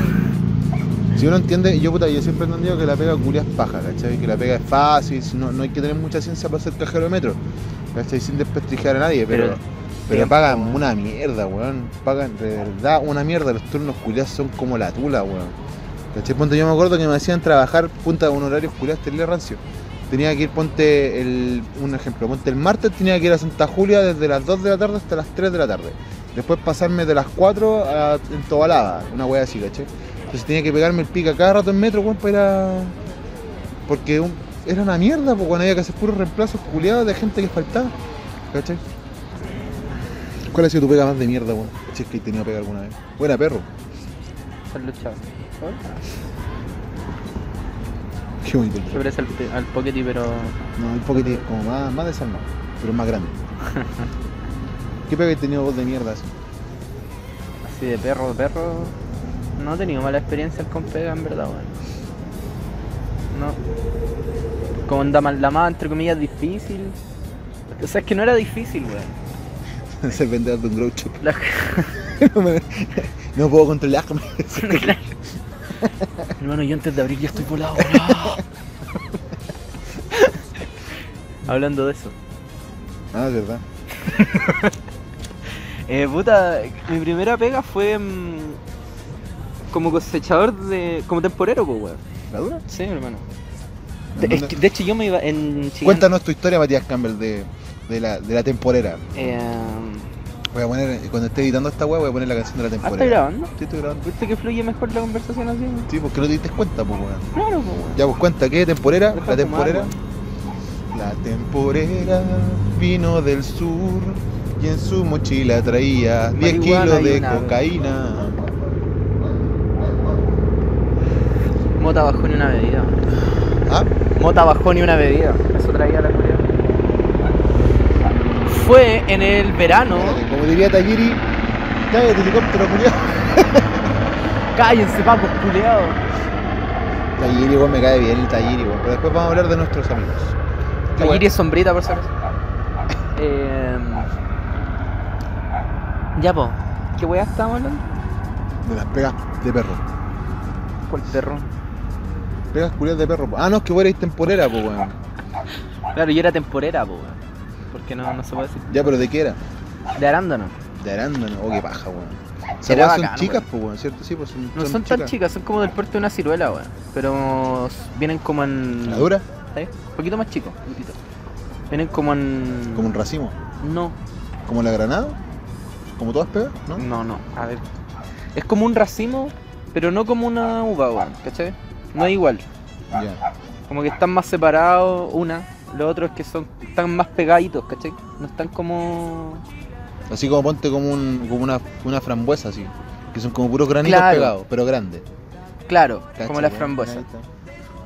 Si uno entiende, yo puta, yo siempre he entendido que la pega culia es paja, ¿cachai? Que la pega es fácil, si no, no hay que tener mucha ciencia para ser cajero de metro, ¿cachai? Sin desprestigiar a nadie, pero,
Pero-
pero, pagan una mierda, weón. Pagan de verdad una mierda, los turnos culiados son como la tula, weón. ¿Cachai? Ponte, yo me acuerdo que me hacían trabajar punta de un horario culiado terrible rancio. Tenía que ir, ponte el, un ejemplo, ponte el martes tenía que ir a Santa Julia desde las 2 de la tarde hasta las 3 de la tarde. Después pasarme de las 4 a en Tobalaba, una wea así, ¿cachai? Entonces tenía que pegarme el pica cada rato en metro, weón, para ir a- Porque un- era una mierda, porque cuando había que hacer puros reemplazos culiados de gente que faltaba, ¿cachai? ¿Cuál ha sido tu pega más de mierda, weón? Si es que he tenido pega alguna vez. Buena perro.
Salud, chao.
Qué bonito.
Se parece al, pe- al Pockety, pero
No, un poquito como más, más desarmado, pero más grande. ¿Qué pega he tenido vos de mierda? así?
así de perro, perro. No he tenido mala experiencia con pega, en verdad, weón. No. Como onda mal la más, entre comillas, difícil. O sea, es que no era difícil, weón.
Ser vendedor de un grow shop.
La-
no puedo controlarme.
Hermano, yo antes de abrir ya estoy volado. volado. Hablando de eso.
ah, es verdad.
Eh, puta, mi primera pega fue mm, como cosechador de. como temporero, pues, weón.
¿La dura?
Sí, hermano.
¿En
De, es
dónde?
que, de hecho, yo me iba en. Chillán,
Cuéntanos tu historia, Matías Campbell, de, de la, de la temporera.
eh,
Voy a poner, cuando esté editando esta weá, voy a poner la canción de la temporera.
¿Estás grabando?
Sí, estoy grabando.
¿Viste que fluye mejor la conversación así? weón?
Sí, porque no te diste cuenta, pues weón.
Claro, pues, weón.
Ya, pues cuenta, ¿qué temporera?
Deja
La
de fumar,
temporera. La temporera vino del sur y en su mochila traía 10
Marihuana
kilos
y
de
una-
cocaína.
Mota bajó ni una bebida. weón.
¿Ah?
Mota bajó ni una bebida. Eso traía la curia. Fue en el verano.
Espérate, Como diría Tayiri, cae el helicóptero, Julián.
Cállense, papos, culeados.
Tayiri, weón, me cae bien el Tayiri, weón. Pero después vamos a hablar de nuestros amigos. Qué
Tayiri
bueno.
es sombrita, por si acaso. Eh, ya, po. ¿Qué weá estábamos hablando?
De las pegas de perro.
Por el perro.
Pegas culiadas de perro. po. Ah, no, es que vos eres temporera, pues weón.
Claro, yo era temporera, po, weón. Porque no, no se puede decir.
Ya, pero ¿de qué era?
De arándano.
De arándano. Oh, qué paja, weón. Esas
Era
weas son
bacán,
chicas,
weón.
pues weón, ¿cierto? Sí, pues son,
No son tan chicas, son como del porte de una ciruela, weón. Pero s- vienen como en.
¿La dura?
¿sabes? Un poquito más chicos. un poquito. Vienen como en.
Como un racimo.
No,
¿Como la granada? ¿Como todas pegas? ¿No?
no, no. A ver. Es como un racimo, pero no como una uva, weón. ¿Cachai? No es igual.
Ya.
Como que están más separados una. Lo otro es que son están más pegaditos, ¿cachai? No están como...
Así como ponte como, un, como una, una frambuesa así. Que son como puros granitos
Claro.
pegados, pero grandes.
Claro, como
¿Cachai,
las
weón?
frambuesas.
Ahí está.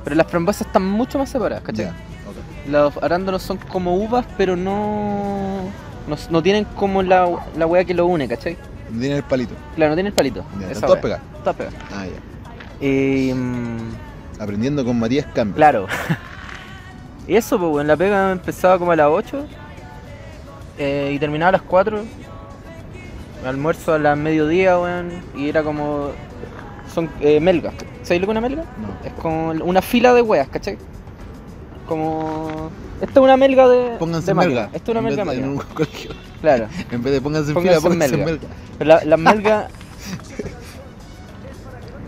Pero las frambuesas están mucho más separadas, ¿cachai?
Ya, ok.
Los arándanos son como uvas, pero no... No, no tienen como la, la hueá que lo une, ¿cachai?
Tiene el palito.
Claro, no tiene el palito.
Ya, están
Esa
todas
hueá.
pegadas.
Todas pegadas.
Ah, ya.
Eh, mm,
Aprendiendo con Matías Campbell.
Claro. Eso, pues, en la pega empezaba como a las 8 eh, y terminaba a las 4. Almuerzo a las mediodía, weón. Y era como. Son eh, melgas. ¿Sabéis lo que es una melga?
No.
Es como una fila de weas, ¿cachai? Como. Esta es una melga de.
Pónganse
de
en
máquina.
melga.
Esta es una
En vez
melga de
de- en un
máquina.
colegio.
Claro.
En vez de pónganse en
Pónganse en
fila, pónganse en
melga.
melga.
Pero la- las melgas.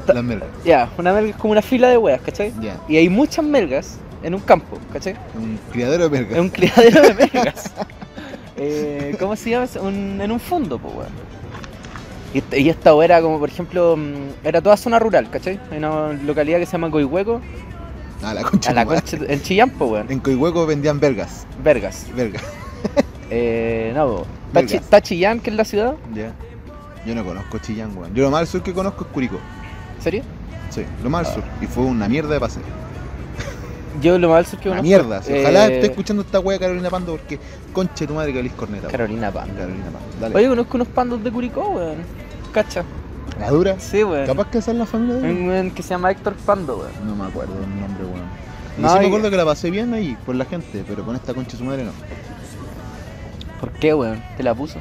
Ta-
Las melgas.
Ya, una melga es como una fila de weas, ¿cachai?
Ya.
Y hay muchas melgas en un campo, ¿cachai?
Un criadero de verga.
En un criadero de vergas. Eh, ¿Cómo se llama? Un- en un fondo, pues, weón. Y, est- y esta weá era como, por ejemplo, mm, era toda zona rural, ¿cachai? Hay una localidad que se llama Coihueco,
A la concha.
a la
de madre.
concha, en Chillán, pues, weón.
En Coihueco vendían vergas.
Vergas.
Vergas.
Eh, no, po. Está Chi-
Vergas.
está Chillán, que es la ciudad,
Ya. Yo no conozco Chillán, weón. Yo lo más al sur que conozco es Curicó.
¿en serio?
Sí, lo más al sur. Y fue una mierda de paseo.
Yo lo más al sur que
Una
conozco-
mierda. sí. Ojalá
eh,
esté escuchando esta wea Carolina Pando porque conche tu madre que olís corneta. weón.
Carolina Panda.
Carolina Pando. Dale.
Oye, conozco unos pandos de Curicó, weón. ¿Cacha?
¿La dura?
Sí, Mm. weón.
¿Capaz que esa es la familia de él?
Un weón que se llama Héctor Pando, weón.
No me acuerdo el nombre, weón. Y
No,
sí me
y-
acuerdo que la pasé bien ahí, por la gente, pero con esta concha de su madre no.
¿Por qué, weón? Te la puso.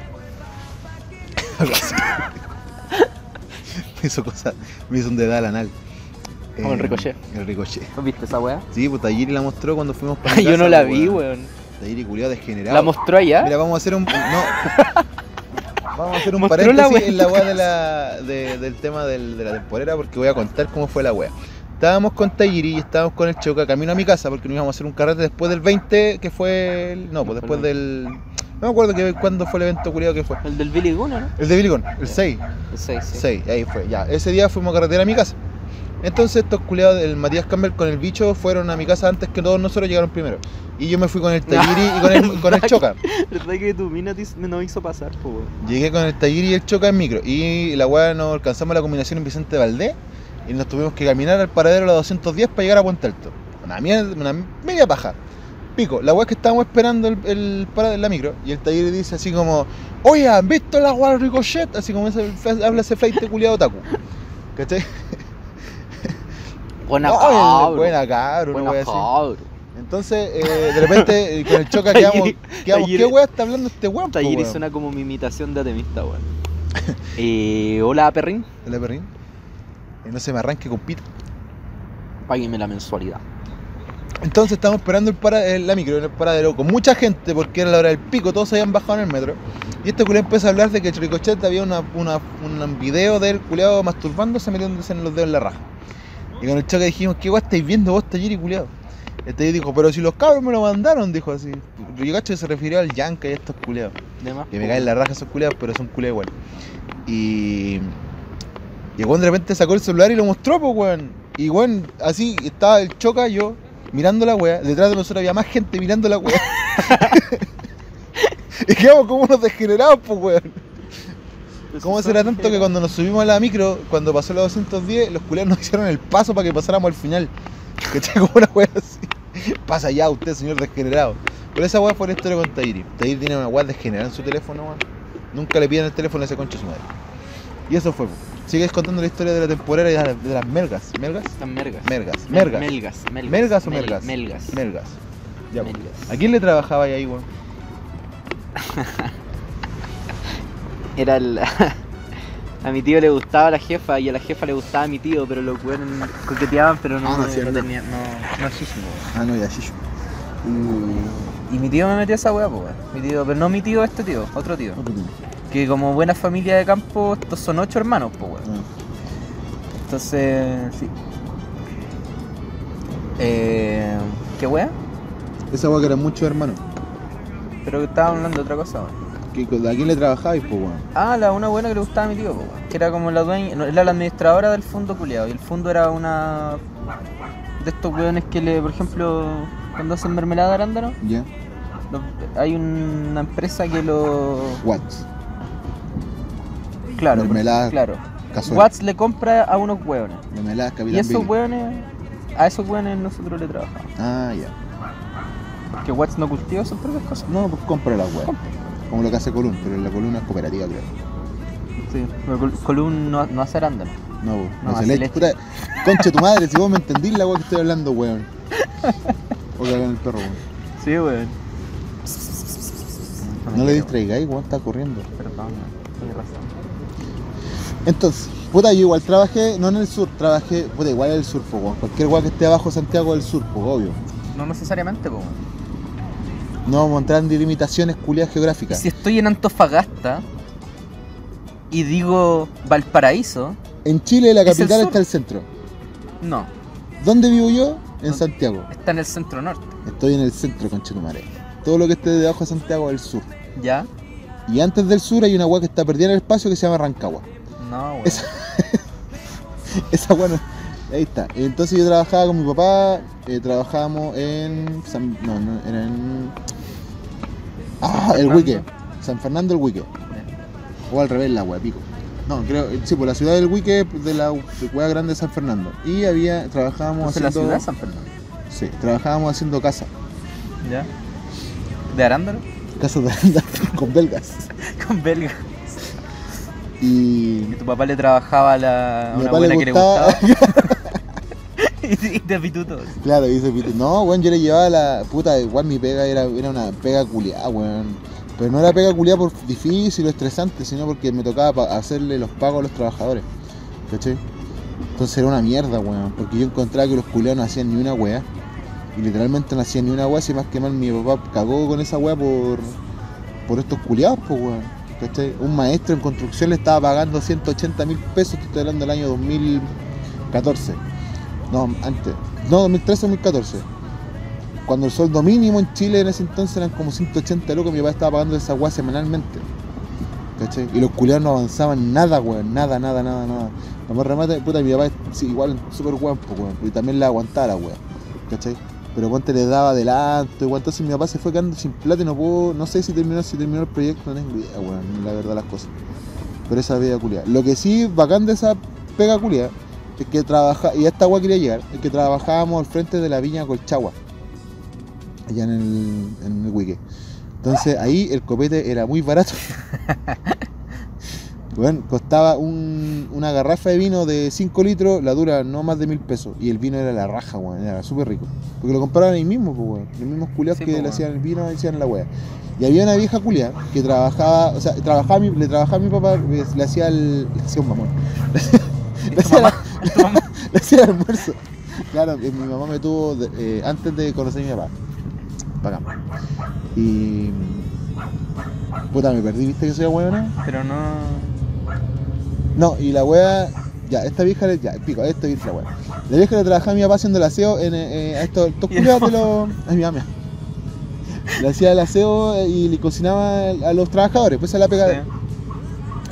me hizo cosas, me hizo un dedal anal. Em,
Como el ricochet.
El ricochet.
¿No ¿Viste esa weá?
Sí, pues Tayiri la mostró cuando fuimos para
Yo no la vi, weón.
Tayiri culiado desgenerado.
¿La mostró allá?
Mira, vamos a hacer un. No. Vamos a hacer un
Mostró
paréntesis
la wea
en la weá de la, de- del tema del- de la temporera porque voy a contar cómo fue la weá. Estábamos con Tayiri y estábamos con el Choca camino a mi casa porque nos íbamos a hacer un carrete después del 20, que fue. el- no, pues después del. No me acuerdo que, cuándo fue el evento culiado que fue.
El del Billy Guna, ¿no?
El de Vilicón, el 6.
El 6, sí.
6, ahí fue, ya. Ese día fuimos a carretera a mi casa. Entonces estos culeados, el Matías Campbell con el bicho, fueron a mi casa antes que todos nosotros llegaron primero. Y yo me fui con el Tayiri y con el, con el Choca.
¿Verdad que tu mina no hizo pasar, po, weón?
Llegué con el Tayiri y el Choca en micro. Y la weá nos alcanzamos la combinación en Vicente Valdés. Y nos tuvimos que caminar al paradero de la 210 para llegar a Puente Alto. Una, mierda, una media paja. Pico, la weá es que estábamos esperando el, el paradero en la micro. Y el Tayiri dice así como: Oye, ¿han visto la weá del Ricochet? Así como ese- habla ese flight culiado taku. ¿Cachai?
Buena
No,
cabro.
el- Buena cabro, una
Buena
wea así.
cabro.
Entonces, eh, de repente, eh, con el choca quedamos, quedamos
Tayiri-
¿qué wea está hablando este weón? po,
Tayiri
weón?"
suena como mi imitación de Atemista, weón. eh, hola, perrín.
Dale, perrín. Eh, no se me arranque con pita.
Págueme la mensualidad.
Entonces estábamos esperando el para, el- la micro en el paradero con mucha gente porque era la hora del pico, todos se habían bajado en el metro. Y este culé empezó a hablar de que el Ricochet había una, una- un video del culeado masturbándose metiéndose en los dedos en la raja. Y con el choque dijimos, ¿qué guay estáis viendo vos, Tayiri culeado? Este día dijo, pero si los cabros me lo mandaron, dijo así. Yo cacho que se refirió al Yanka y a estos culeados.
De más,
Que me
po,
caen
weón.
la raja esos culeados, pero son culeados igual. Y. Y el weón de repente sacó el celular y lo mostró, pues weón. Y weón, así estaba el choca yo mirando la wea. Detrás de nosotros había más gente mirando la wea. y quedamos como unos degenerados, pues weón. ¿Cómo será tanto que cuando nos subimos a la micro, cuando pasó la 210, los culeados nos hicieron el paso para que pasáramos al final? ¿Cachai? Como una wea así. Pasa ya usted, señor degenerado. Pero esa weá fue la historia con Tairi. Tairi tiene una weá degenerada en su teléfono, weón. Nunca le piden el teléfono a ese concho de su madre. Y eso fue, po. Sigues contando la historia de la temporera y de las, de las mergas. ¿Mergas?
Están mergas.
Mergas.
Melgas.
Mergas.
Melgas.
¿Mergas o
Mel-
mergas?
Melgas.
Mergas. Ya, po.
Mergas.
¿A quién le trabajaba ahí, weón?
Era el... A mi tío le gustaba la jefa y a la jefa le gustaba a mi tío, pero los weones coqueteaban, pero no,
Ah, no es cierto.
tenía- no, no es jísimo, weón.
Ah, no, ya, Shishu.
Y mi tío me metió a esa weá, pues, weón. Mi tío, pero no mi tío, este tío, otro
Ah,
tío. Que como buena familia de campo, estos son ocho hermanos, pues, weón.
Ah.
Entonces, sí. Eh, ¿Qué weá?
Esa weá que eran muchos hermanos.
Pero estaba hablando de otra cosa, weón.
¿Qué co- ¿A quién le trabajabais, po, weón?
Ah, la una buena que le gustaba a mi tío, pues, weón. Que era como la dueña, no, era la administradora del fondo culiado. Y el fondo era una. de estos weones que le, por ejemplo, cuando hacen mermelada de arándano,
Ya.
lo- hay una empresa que lo.
Watts.
Claro, por-
Mermelada.
claro.
Cazuela.
Watts le compra a unos hueones.
Mermeladas,
Y
Capitán
esos
Billy.
hueones, a esos hueones nosotros le trabajamos.
Ah, ya.
Porque Watts no cultiva sus propias cosas.
No, pues compra las weas. Como lo que hace Column, pero la columna es cooperativa, creo.
Sí, pero Col- Colum no, no hace arándano.
No, vos,
No,
no, se
hace
leche.
leche.
Puta, concha tu madre, si vos me entendís la weá que estoy hablando, weón. O que hagan el perro, weón.
Sí, weón.
No le distraigáis, weón, está corriendo.
Perdón, tienes razón.
Entonces, puta, yo igual trabajé, no en el sur, trabajé, puta, igual en el sur, po, weón. Cualquier weá que esté abajo de Santiago del Sur, pues, obvio.
No necesariamente, po. weón.
No vamos a entrar en limitaciones culiadas
Y
geográficas.
si estoy en Antofagasta y digo Valparaíso,
En Chile, la
¿Es el
capital
sur?
está el centro.
no.
¿Dónde vivo yo? en Santiago.
Está en el centro norte.
Estoy en el centro, conchetumare. Todo lo que esté debajo de Santiago es el sur.
¿Ya?
Y antes del sur hay una agua que está perdida en el espacio que se llama Rancagua.
No, weón.
Esa, esa bueno, ahí está. Entonces yo trabajaba con mi papá, eh, trabajábamos en San, no, no, era en ah, el
Fernando.
Wique, San Fernando el Wique, o al revés la wea, pico. No, creo, eh, sí, por la ciudad del Wique de la hueá grande de San Fernando. Y había, trabajábamos
Entonces, la
haciendo.
ciudad de San Fernando.
sí, trabajábamos haciendo casa.
¿Ya? ¿De Arándaro?
Casa de anda con belgas.
Con belga.
Y
Que tu papá le trabajaba a la, a
Mi
una
papá le
buena que le
gustaba.
gustaba. y, y te pitutos.
Claro, dice Pito. No, weón, yo le llevaba la. Puta, igual mi pega era, era una pega culiada, weón. Pero no era pega culiada por difícil o estresante, sino porque me tocaba pa- hacerle los pagos a los trabajadores. ¿Cachai? Entonces era una mierda, weón. Porque yo encontraba que los culiados no hacían ni una weá. Y literalmente no hacían ni una weá, si más que mal mi papá cagó con esa weá por. por estos culiados, pues weón. ¿Cachai? Un maestro en construcción le estaba pagando 180 mil pesos, te estoy hablando del año 2014. No, antes. No, 2013 2014. Cuando el sueldo mínimo en Chile en ese entonces eran como 180 lucas, mi papá estaba pagando esa weá semanalmente. ¿Cachai? Y los culiados no avanzaban nada, weón. Nada, nada, nada, nada. Lo más remate, puta, mi papá es sí, igual súper guapo, weón. Y también la aguantara, weón. ¿Cachai? Pero ponte le daba adelanto, weón. Entonces mi papá se fue quedando sin plata y no pudo. No sé si terminó, si terminó el proyecto, no tengo idea, weón. La verdad las cosas. Pero esa pega culiada. Lo que sí, bacán de esa pega culiada, es que trabaja, y a esta agua quería llegar, es que trabajábamos al frente de la viña Colchagua, allá en el, en el Huique. Entonces ahí el copete era muy barato. Bueno, costaba un- una garrafa de vino de 5 litros, la dura no más de mil pesos. Y el vino era la raja, weón, era súper rico. Porque lo compraban ahí mismo, pues, weón. Los mismos culiados
Sí,
que
pues,
le
weón.
hacían el vino, hacían la wea. Y había una vieja culia que trabajaba, o sea, trabajaba, a mi- le trabajaba a mi papá, le, le hacía el. Le hacía un mamón. Le
Tu
hacía-
mamá, tu mamá.
le hacía el almuerzo. Claro, eh, mi mamá me tuvo de- eh, antes de conocer a mi papá. Pagamos. Y. Puta, me perdí, ¿viste que soy huevona?
Pero no.
No, y la wea. Ya, esta vieja le. Ya, pico, esto es la wea. La vieja le trabajaba a mi papá haciendo el aseo en, eh, eh, a estos estos
Y el
culiados de los. A mi mamá. Le hacía el aseo y le cocinaba a los trabajadores. Pues se la pegaba.
Sí.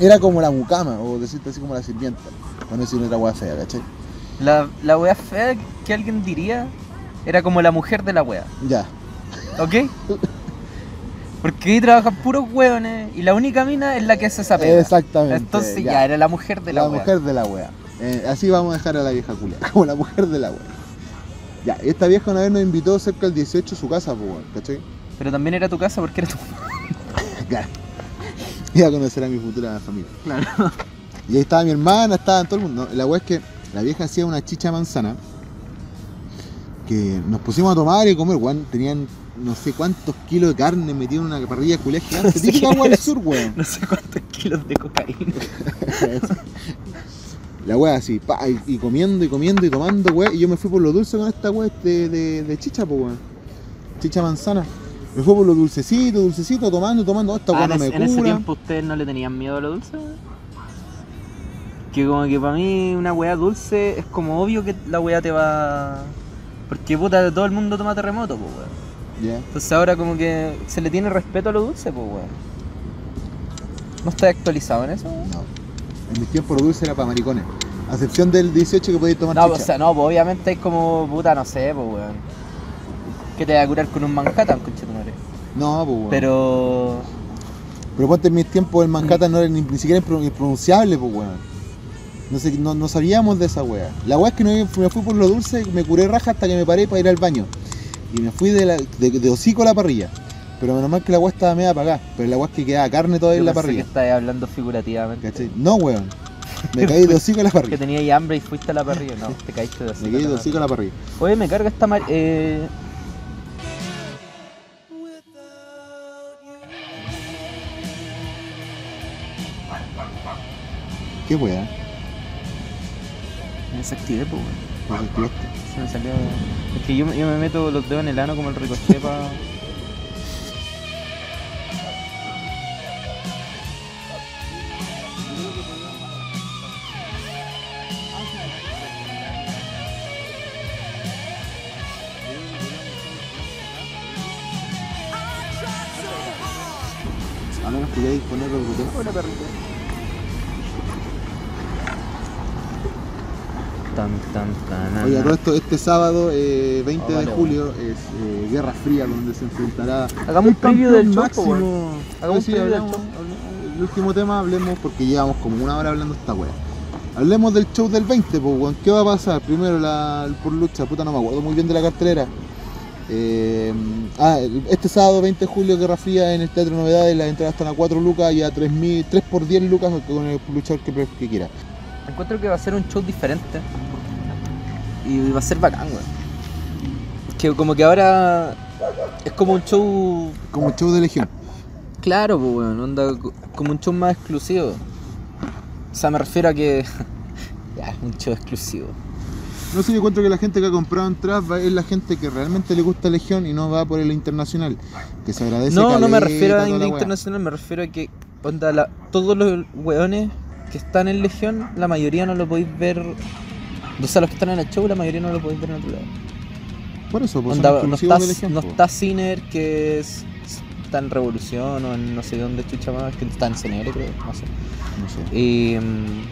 Era como la mucama, o decirte así como la sirvienta. Para no decir otra wea fea, ¿cachai?
La, la wea fea que alguien diría era como la mujer de la wea.
Ya.
¿Ok? Porque ahí trabajan puros hueones y la única mina es la que hace esa pega.
Exactamente.
Entonces ya.
ya.
era la mujer de la,
la
wea.
mujer de la wea. Eh, así vamos a dejar a la vieja culia, como la mujer de la wea. Ya, esta vieja una vez nos invitó cerca del 18 a su casa, pues, weón, ¿cachai?
Pero también era tu casa porque era tu
Claro. Iba a conocer a mi futura familia. Claro. Y ahí estaba mi hermana, estaba todo el mundo. La wea es que la vieja hacía una chicha de manzana que nos pusimos a tomar y a comer, weón. Tenían no sé cuántos kilos de carne metidos en una parrilla culia gigante.
Sí.
Típica wea del sur, weón.
no sé cuántos kilos de cocaína.
La wea así, pa, y, y comiendo y comiendo y tomando, wea. Y yo me fui por lo dulce con esta wea de, de, de chicha, po, weón. Chicha manzana. Me fui por lo dulcecito, dulcecito, tomando, tomando. oh, Esta
Ah,
wea no me cura.
ustedes no le tenían miedo a lo dulce. weón? Que como que para mí una wea dulce es como obvio que la wea te va... Porque puta, todo el mundo toma terremoto, pues weón.
Ya.
Entonces ahora como que se le tiene respeto a lo dulce, pues weón. ¿No estás actualizado en eso? weón?
No. En mis tiempos lo dulce era para maricones. A excepción del 18 que podéis tomar
No, pues, o
chicha.
sea, no, pues obviamente es como puta, no sé, pues weón. Que te va a curar con un Manhattan, conchetumare.
No, po, weón.
Pero.
Pero ponte en mis tiempos el Manhattan no era ni, ni siquiera impro- impronunciable, pues weón. No, sé, no, no sabíamos de esa wea. La wea es que no, me fui por lo dulce, me curé raja hasta que me paré para ir al baño. Y me fui de, la, de, de hocico a la parrilla. Pero menos mal que la wea estaba media apagada. Pero la wea es que quedaba carne todavía
yo
en la
pensé que
parrilla.
estabas hablando figurativamente.
¿Cachai? No, weón. Me caí de hocico a la
Que
parrilla.
tenías ahí hambre y fuiste a la parrilla. No, te caíste de así.
Me caí de hocico a la parrilla.
Oye, me carga esta mar. Eh...
Qué wea.
Me desactivé, pues weón.
Me desactivaste.
Se me salió. Es que yo, yo me meto los dedos en el ano como el ricochet para.
A menos que queráis ponerlo brutal. Una perrita.
Tan, tan, tan. na,
Oye, a
na.
todo esto, este sábado, eh, 20
Ah,
de
vale,
julio, es eh, Guerra Fría, donde se enfrentará
Hagamos un preview
campeón
del show, po, weón.
máximo.
Hagamos
Sí,
un preview del
hablamos-
show.
hablemos- El último tema hablemos porque llevamos como una hora hablando esta wea. Hablemos del show del 20, pues, weón. ¿Qué va a pasar? Primero la por lucha, puta, no me acuerdo muy bien de la cartelera. Eh, ah, el- este sábado 20 de julio, Guerra Fría en el Teatro Novedades. Las entradas están a 4 lucas y a 3, 3 por 10 lucas con el luchador que, pre- que quiera.
Encuentro que va a ser un show diferente. Y va a ser bacán, weón. Que como que ahora es como un show
Como show de Legión.
claro, pues, weón. Onda, co- como un show más exclusivo. O sea, me refiero a que. ya, es un show exclusivo.
No sé, yo encuentro que la gente que ha comprado entradas va- es la gente que realmente le gusta Legión y no va por el internacional. Que se agradece.
No, no me
caleta,
refiero a
toda la
la
wea.
internacional, me refiero a que onda, la- todos los weones que están en Legión, la mayoría no lo podéis ver. O sea, los que están en el show, la mayoría no lo podéis ver en otro lado.
Por eso, pues
Onda,
son
no
exclusivos
está,
de Legión.
no
po.
está Sinner, que es- está en Revolución o en no sé dónde chucha más, que está en CNR creo, no sé.
No sé.
Y,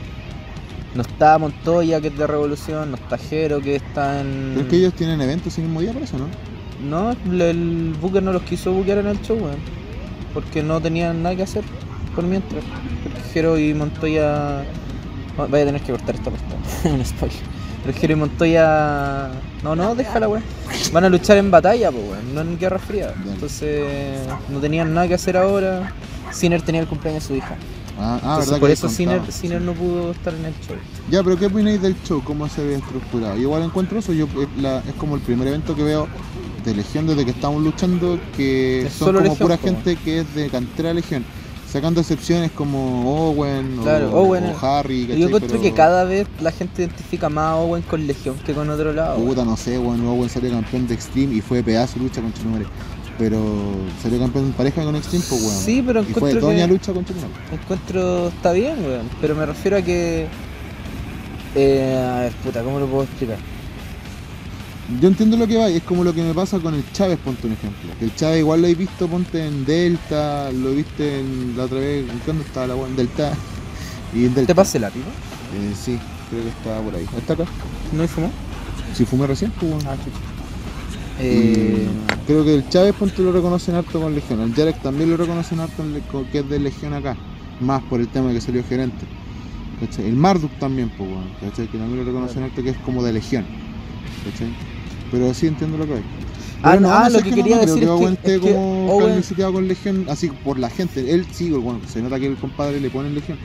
mm, no está Montoya, que es de Revolución, no está Jero, que está en...
Pero es que ellos tienen eventos el mismo día, por eso, ¿no?
No, el- el Booker no los quiso buquear en el show, weón. Porque no tenían nada que hacer por mientras. Porque Jero y Montoya. Bueno, Vaya a tener que cortar esta parte. Un spoiler. Pero Jero y Montoya. No, no, déjala, weón. Van a luchar en batalla, pues, weón. No en guerra fría.
Dale.
Entonces, no tenían nada que hacer ahora. Sinner tenía el cumpleaños de su hija.
Ah, ah
Entonces,
verdad.
por
que
eso
les
Sinner,
contaba.
Sinner no pudo estar en el show.
Ya, pero ¿qué opináis del show? ¿Cómo se ve estructurado? Yo igual encuentro eso. Yo, es, la- es como el primer evento que veo de Legión desde que estamos luchando, que
Es
son
solo
como
Legión,
pura
po, weón.
gente que es de cantera Legión. Sacando excepciones como Owen,
Claro,
o,
Owen, eh,
o Harry,
Yo
¿cachai?
encuentro
Pero-
que cada vez la gente identifica más a Owen con Legión que con otro lado. weón.
Puta, no sé, weón. Owen salió campeón de Extreme y fue pedazo de lucha con Chunumare. Pero salió campeón en pareja con Extreme, pues, weón.
Sí, pero
y fue
encuentro
doña
que-
lucha con Chunumare.
Encuentro está bien, weón, pero me refiero a que. Eh, a ver, puta, ¿cómo lo puedo explicar?
Yo entiendo lo que va y es como lo que me pasa con el Chávez, ponte un ejemplo. Que el Chávez igual lo he visto, ponte en Delta, lo viste en, la otra vez, ¿en ¿cuándo estaba la weón? En Delta? Y en Delta.
¿Te pasé el lápiz?
Eh, sí, creo que estaba por ahí. ¿Está acá?
¿No y fumó?
Si fumé recién, pues, weón.
Ah, chucha. Eh,
Eh, creo que el Chávez Ponte lo reconocen harto con Legión. El Jarek también lo reconocen harto en Le- con- que es de Legión acá. Más por el tema de que salió gerente. ¿Cachai? El Marduk también, pues, weón, ¿cachai? Que también lo reconocen harto que es como de Legión. ¿Cachai? Pero sí entiendo lo que hay.
Ah,
Pero
ah, lo
sé
que
no,
quería
no creo
decir es que-
Owen esté
es que
como
Owen-
calumniado con Legión, así por la gente. Él sí, bueno, se nota que el compadre le pone Legión.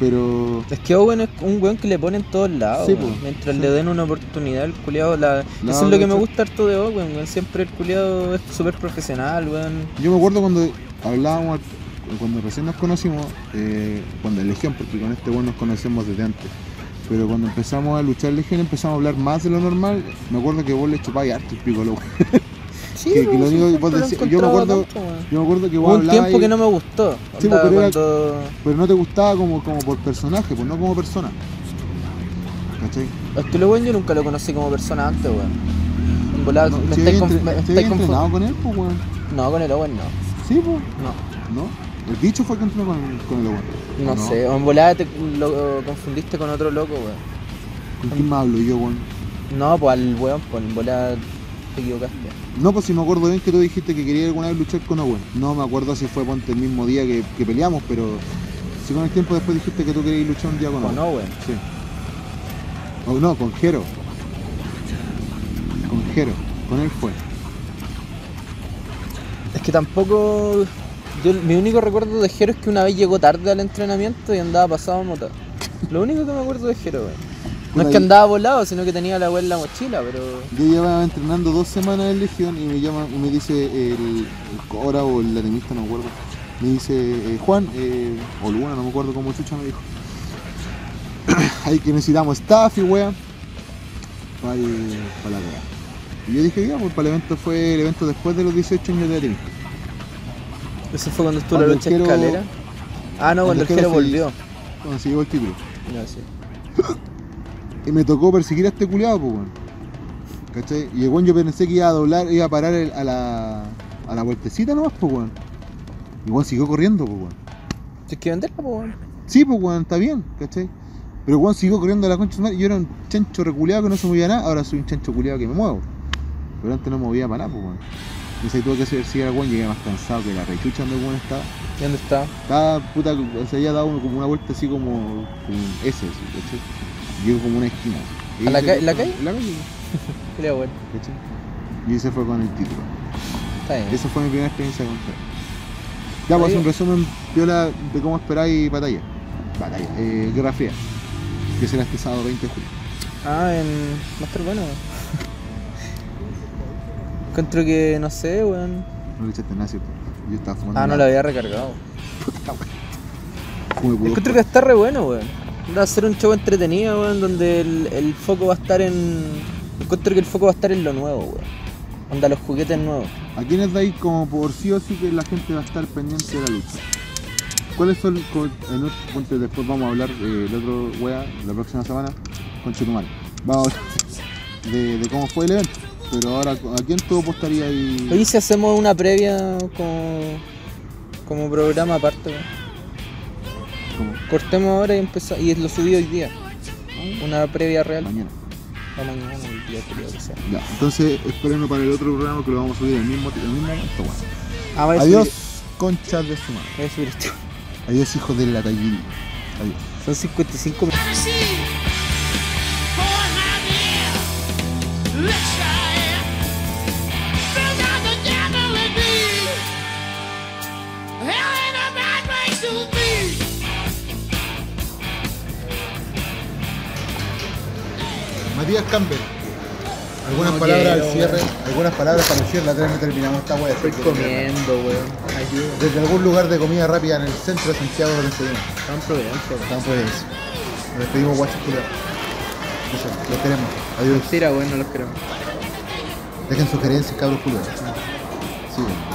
Pero
es que Owen es un weón que le pone en todos lados.
Sí,
weón.
po,
Mientras
sí.
le den una oportunidad, el culiado. La...
La
Eso es lo que me
otra-
gusta harto de Owen, weón. Siempre el culiado es súper profesional, weón.
Yo me acuerdo cuando hablábamos, cuando recién nos conocimos, eh, cuando en Legión, porque con este weón nos conocemos desde antes. Pero cuando empezamos a luchar Legión, empezamos a hablar más de lo normal. Me acuerdo que vos le chupabas harto el pico, loco.
Sí,
Que- que
weón,
lo único que
siempre
vos
lo he
decís- yo me
encontrado
acuerdo-
tanto, weón.
Yo me acuerdo que
Hubo
vos
un
hablabas,
tiempo
y-
que no me gustó.
Sí,
onda,
pero era-
cuando...
pero no te gustaba como, como por personaje, pues no como persona. ¿Cachai?
Es que lo weón yo nunca lo conocí como persona antes, weón. En volada,
No,
Ah, me
si
estáis
habías
conf-
entre-
me
si
estáis
habías
confu-
entrenado con él, pues weón.
No, con el Owen no.
Sí, pues.
No,
¿No? El bicho fue el que entrenó con, con el Owen.
no,
¿O
sé. O en volada te lo confundiste con otro loco, weón.
¿Con quién más hablo yo, weón?
No, pues al weón, pues en volada te equivocaste.
No, pues si me acuerdo bien que tú dijiste que querías alguna vez luchar con Owen. No me acuerdo si fue ponte el mismo día que, que peleamos, pero si con el tiempo después dijiste que tú querías luchar un día con Owen.
Con Owen.
Sí. O no, con Jero. Con Jero. Con él fue.
Es que tampoco. Yo, mi único recuerdo de Jero es que una vez llegó tarde al entrenamiento y andaba pasado a motar. Lo único que me acuerdo de Jero, weón. No
Puta,
es
yo-
que andaba volado, sino que tenía la weón en la mochila, pero.
Yo llevaba entrenando dos semanas en Legión y me llama, me dice el, el Cora o el latinista, no me acuerdo. Me dice eh, Juan, eh, o Luna, no me acuerdo cómo chucha me dijo. Hay que necesitamos staff y wea. Para la wea. Y yo dije, ya, pues para el evento fue el evento después de los 18 años de latinista.
Eso fue cuando estuvo la
Cuando
lucha
el Jero-
escalera. Ah, no,
cuando
cuando
el
el
Jero
Jero
se-
volvió.
Cuando se llevó el título.
No, sí.
Y me tocó perseguir a este culiado, pues, weón. ¿Cachai? Y el weón yo pensé que iba a doblar, iba a parar el- a la, a la vueltecita nomás, pues, weón. Y weón siguió corriendo, pues weón.
Tienes que venderla, po, weón.
Sí, pues weón, está bien, ¿cachai? Pero weón siguió corriendo a la concha de su madre. Yo era un chancho reculeado que no se movía nada, ahora soy un chancho culeado que me muevo. Pero antes no me movía para nada, pues weón. Y ahí tuve que hacer si era weón, llegué más cansado que la rechucha donde el weón estaba.
¿Y dónde está?
Estaba puta, se había dado como una vuelta así como, como un S, así, ¿cachai? Llegó como una esquina. Y
¿A la
se
ca-
fue
la
con-
calle?
La calle,
Culeado, weón.
¿cachai? Y ese fue con el título.
Está bien.
Esa fue mi primera experiencia con Fer. Ya, pues un resumen viola de cómo esperáis batalla. Batalla. Eh, Guerra Fría. Que será este sábado 20 de julio.
Ah, en. Va a estar bueno, weón. Encuentro que, no sé, weón.
No le echaste nada, ¿cierto? Yo estaba fumando.
Ah, no
la
la había recargado.
¿Cómo me pudo
Encuentro que está re bueno, weón. Va a ser un show entretenido, weón, donde el, el foco va a estar en. Encuentro que el foco va a estar en lo nuevo, weón. Onda los juguetes nuevos.
¿A quiénes dais como por sí o sí que la gente va a estar pendiente de la lucha? ¿Cuáles son, co- en otro punto, después vamos a hablar eh, el otro wea, la próxima semana, con Chetumal. Vamos a hablar de, de cómo fue el evento. Pero ahora, ¿a quién tú apostarías ahí?
Oye, si hacemos una previa como. como programa aparte, weón.
Como
Cortemos ahora y empezamos. Y lo subí hoy día. Una previa real.
mañana.
O mañana, el día culiao que sea.
Ya, entonces espérenlo para el otro programa que lo vamos a subir en el mismo, el mismo momento. bueno.
Ah, voy a subir-
Adiós, conchas de su madre.
voy a subir esto.
Adiós, hijos de la tallilla. Adiós.
Son 55 minutos.
Matías Campbell. Algunas
No
palabras
quiero,
al cierre,
weón.
algunas palabras para el cierre, la tres no terminamos esta wea.
oh. Estoy comiendo, weón. Ayuda.
Desde algún lugar de comida rápida en el centro de Santiago nos despedimos.
Están providencia, weón.
Estamos por eso. Nos despedimos guachos culiados. Eso, Los queremos. Adiós.
Mentira, weón, no los creo.
Dejen sugerencias, cabros culiados. Sí, weón.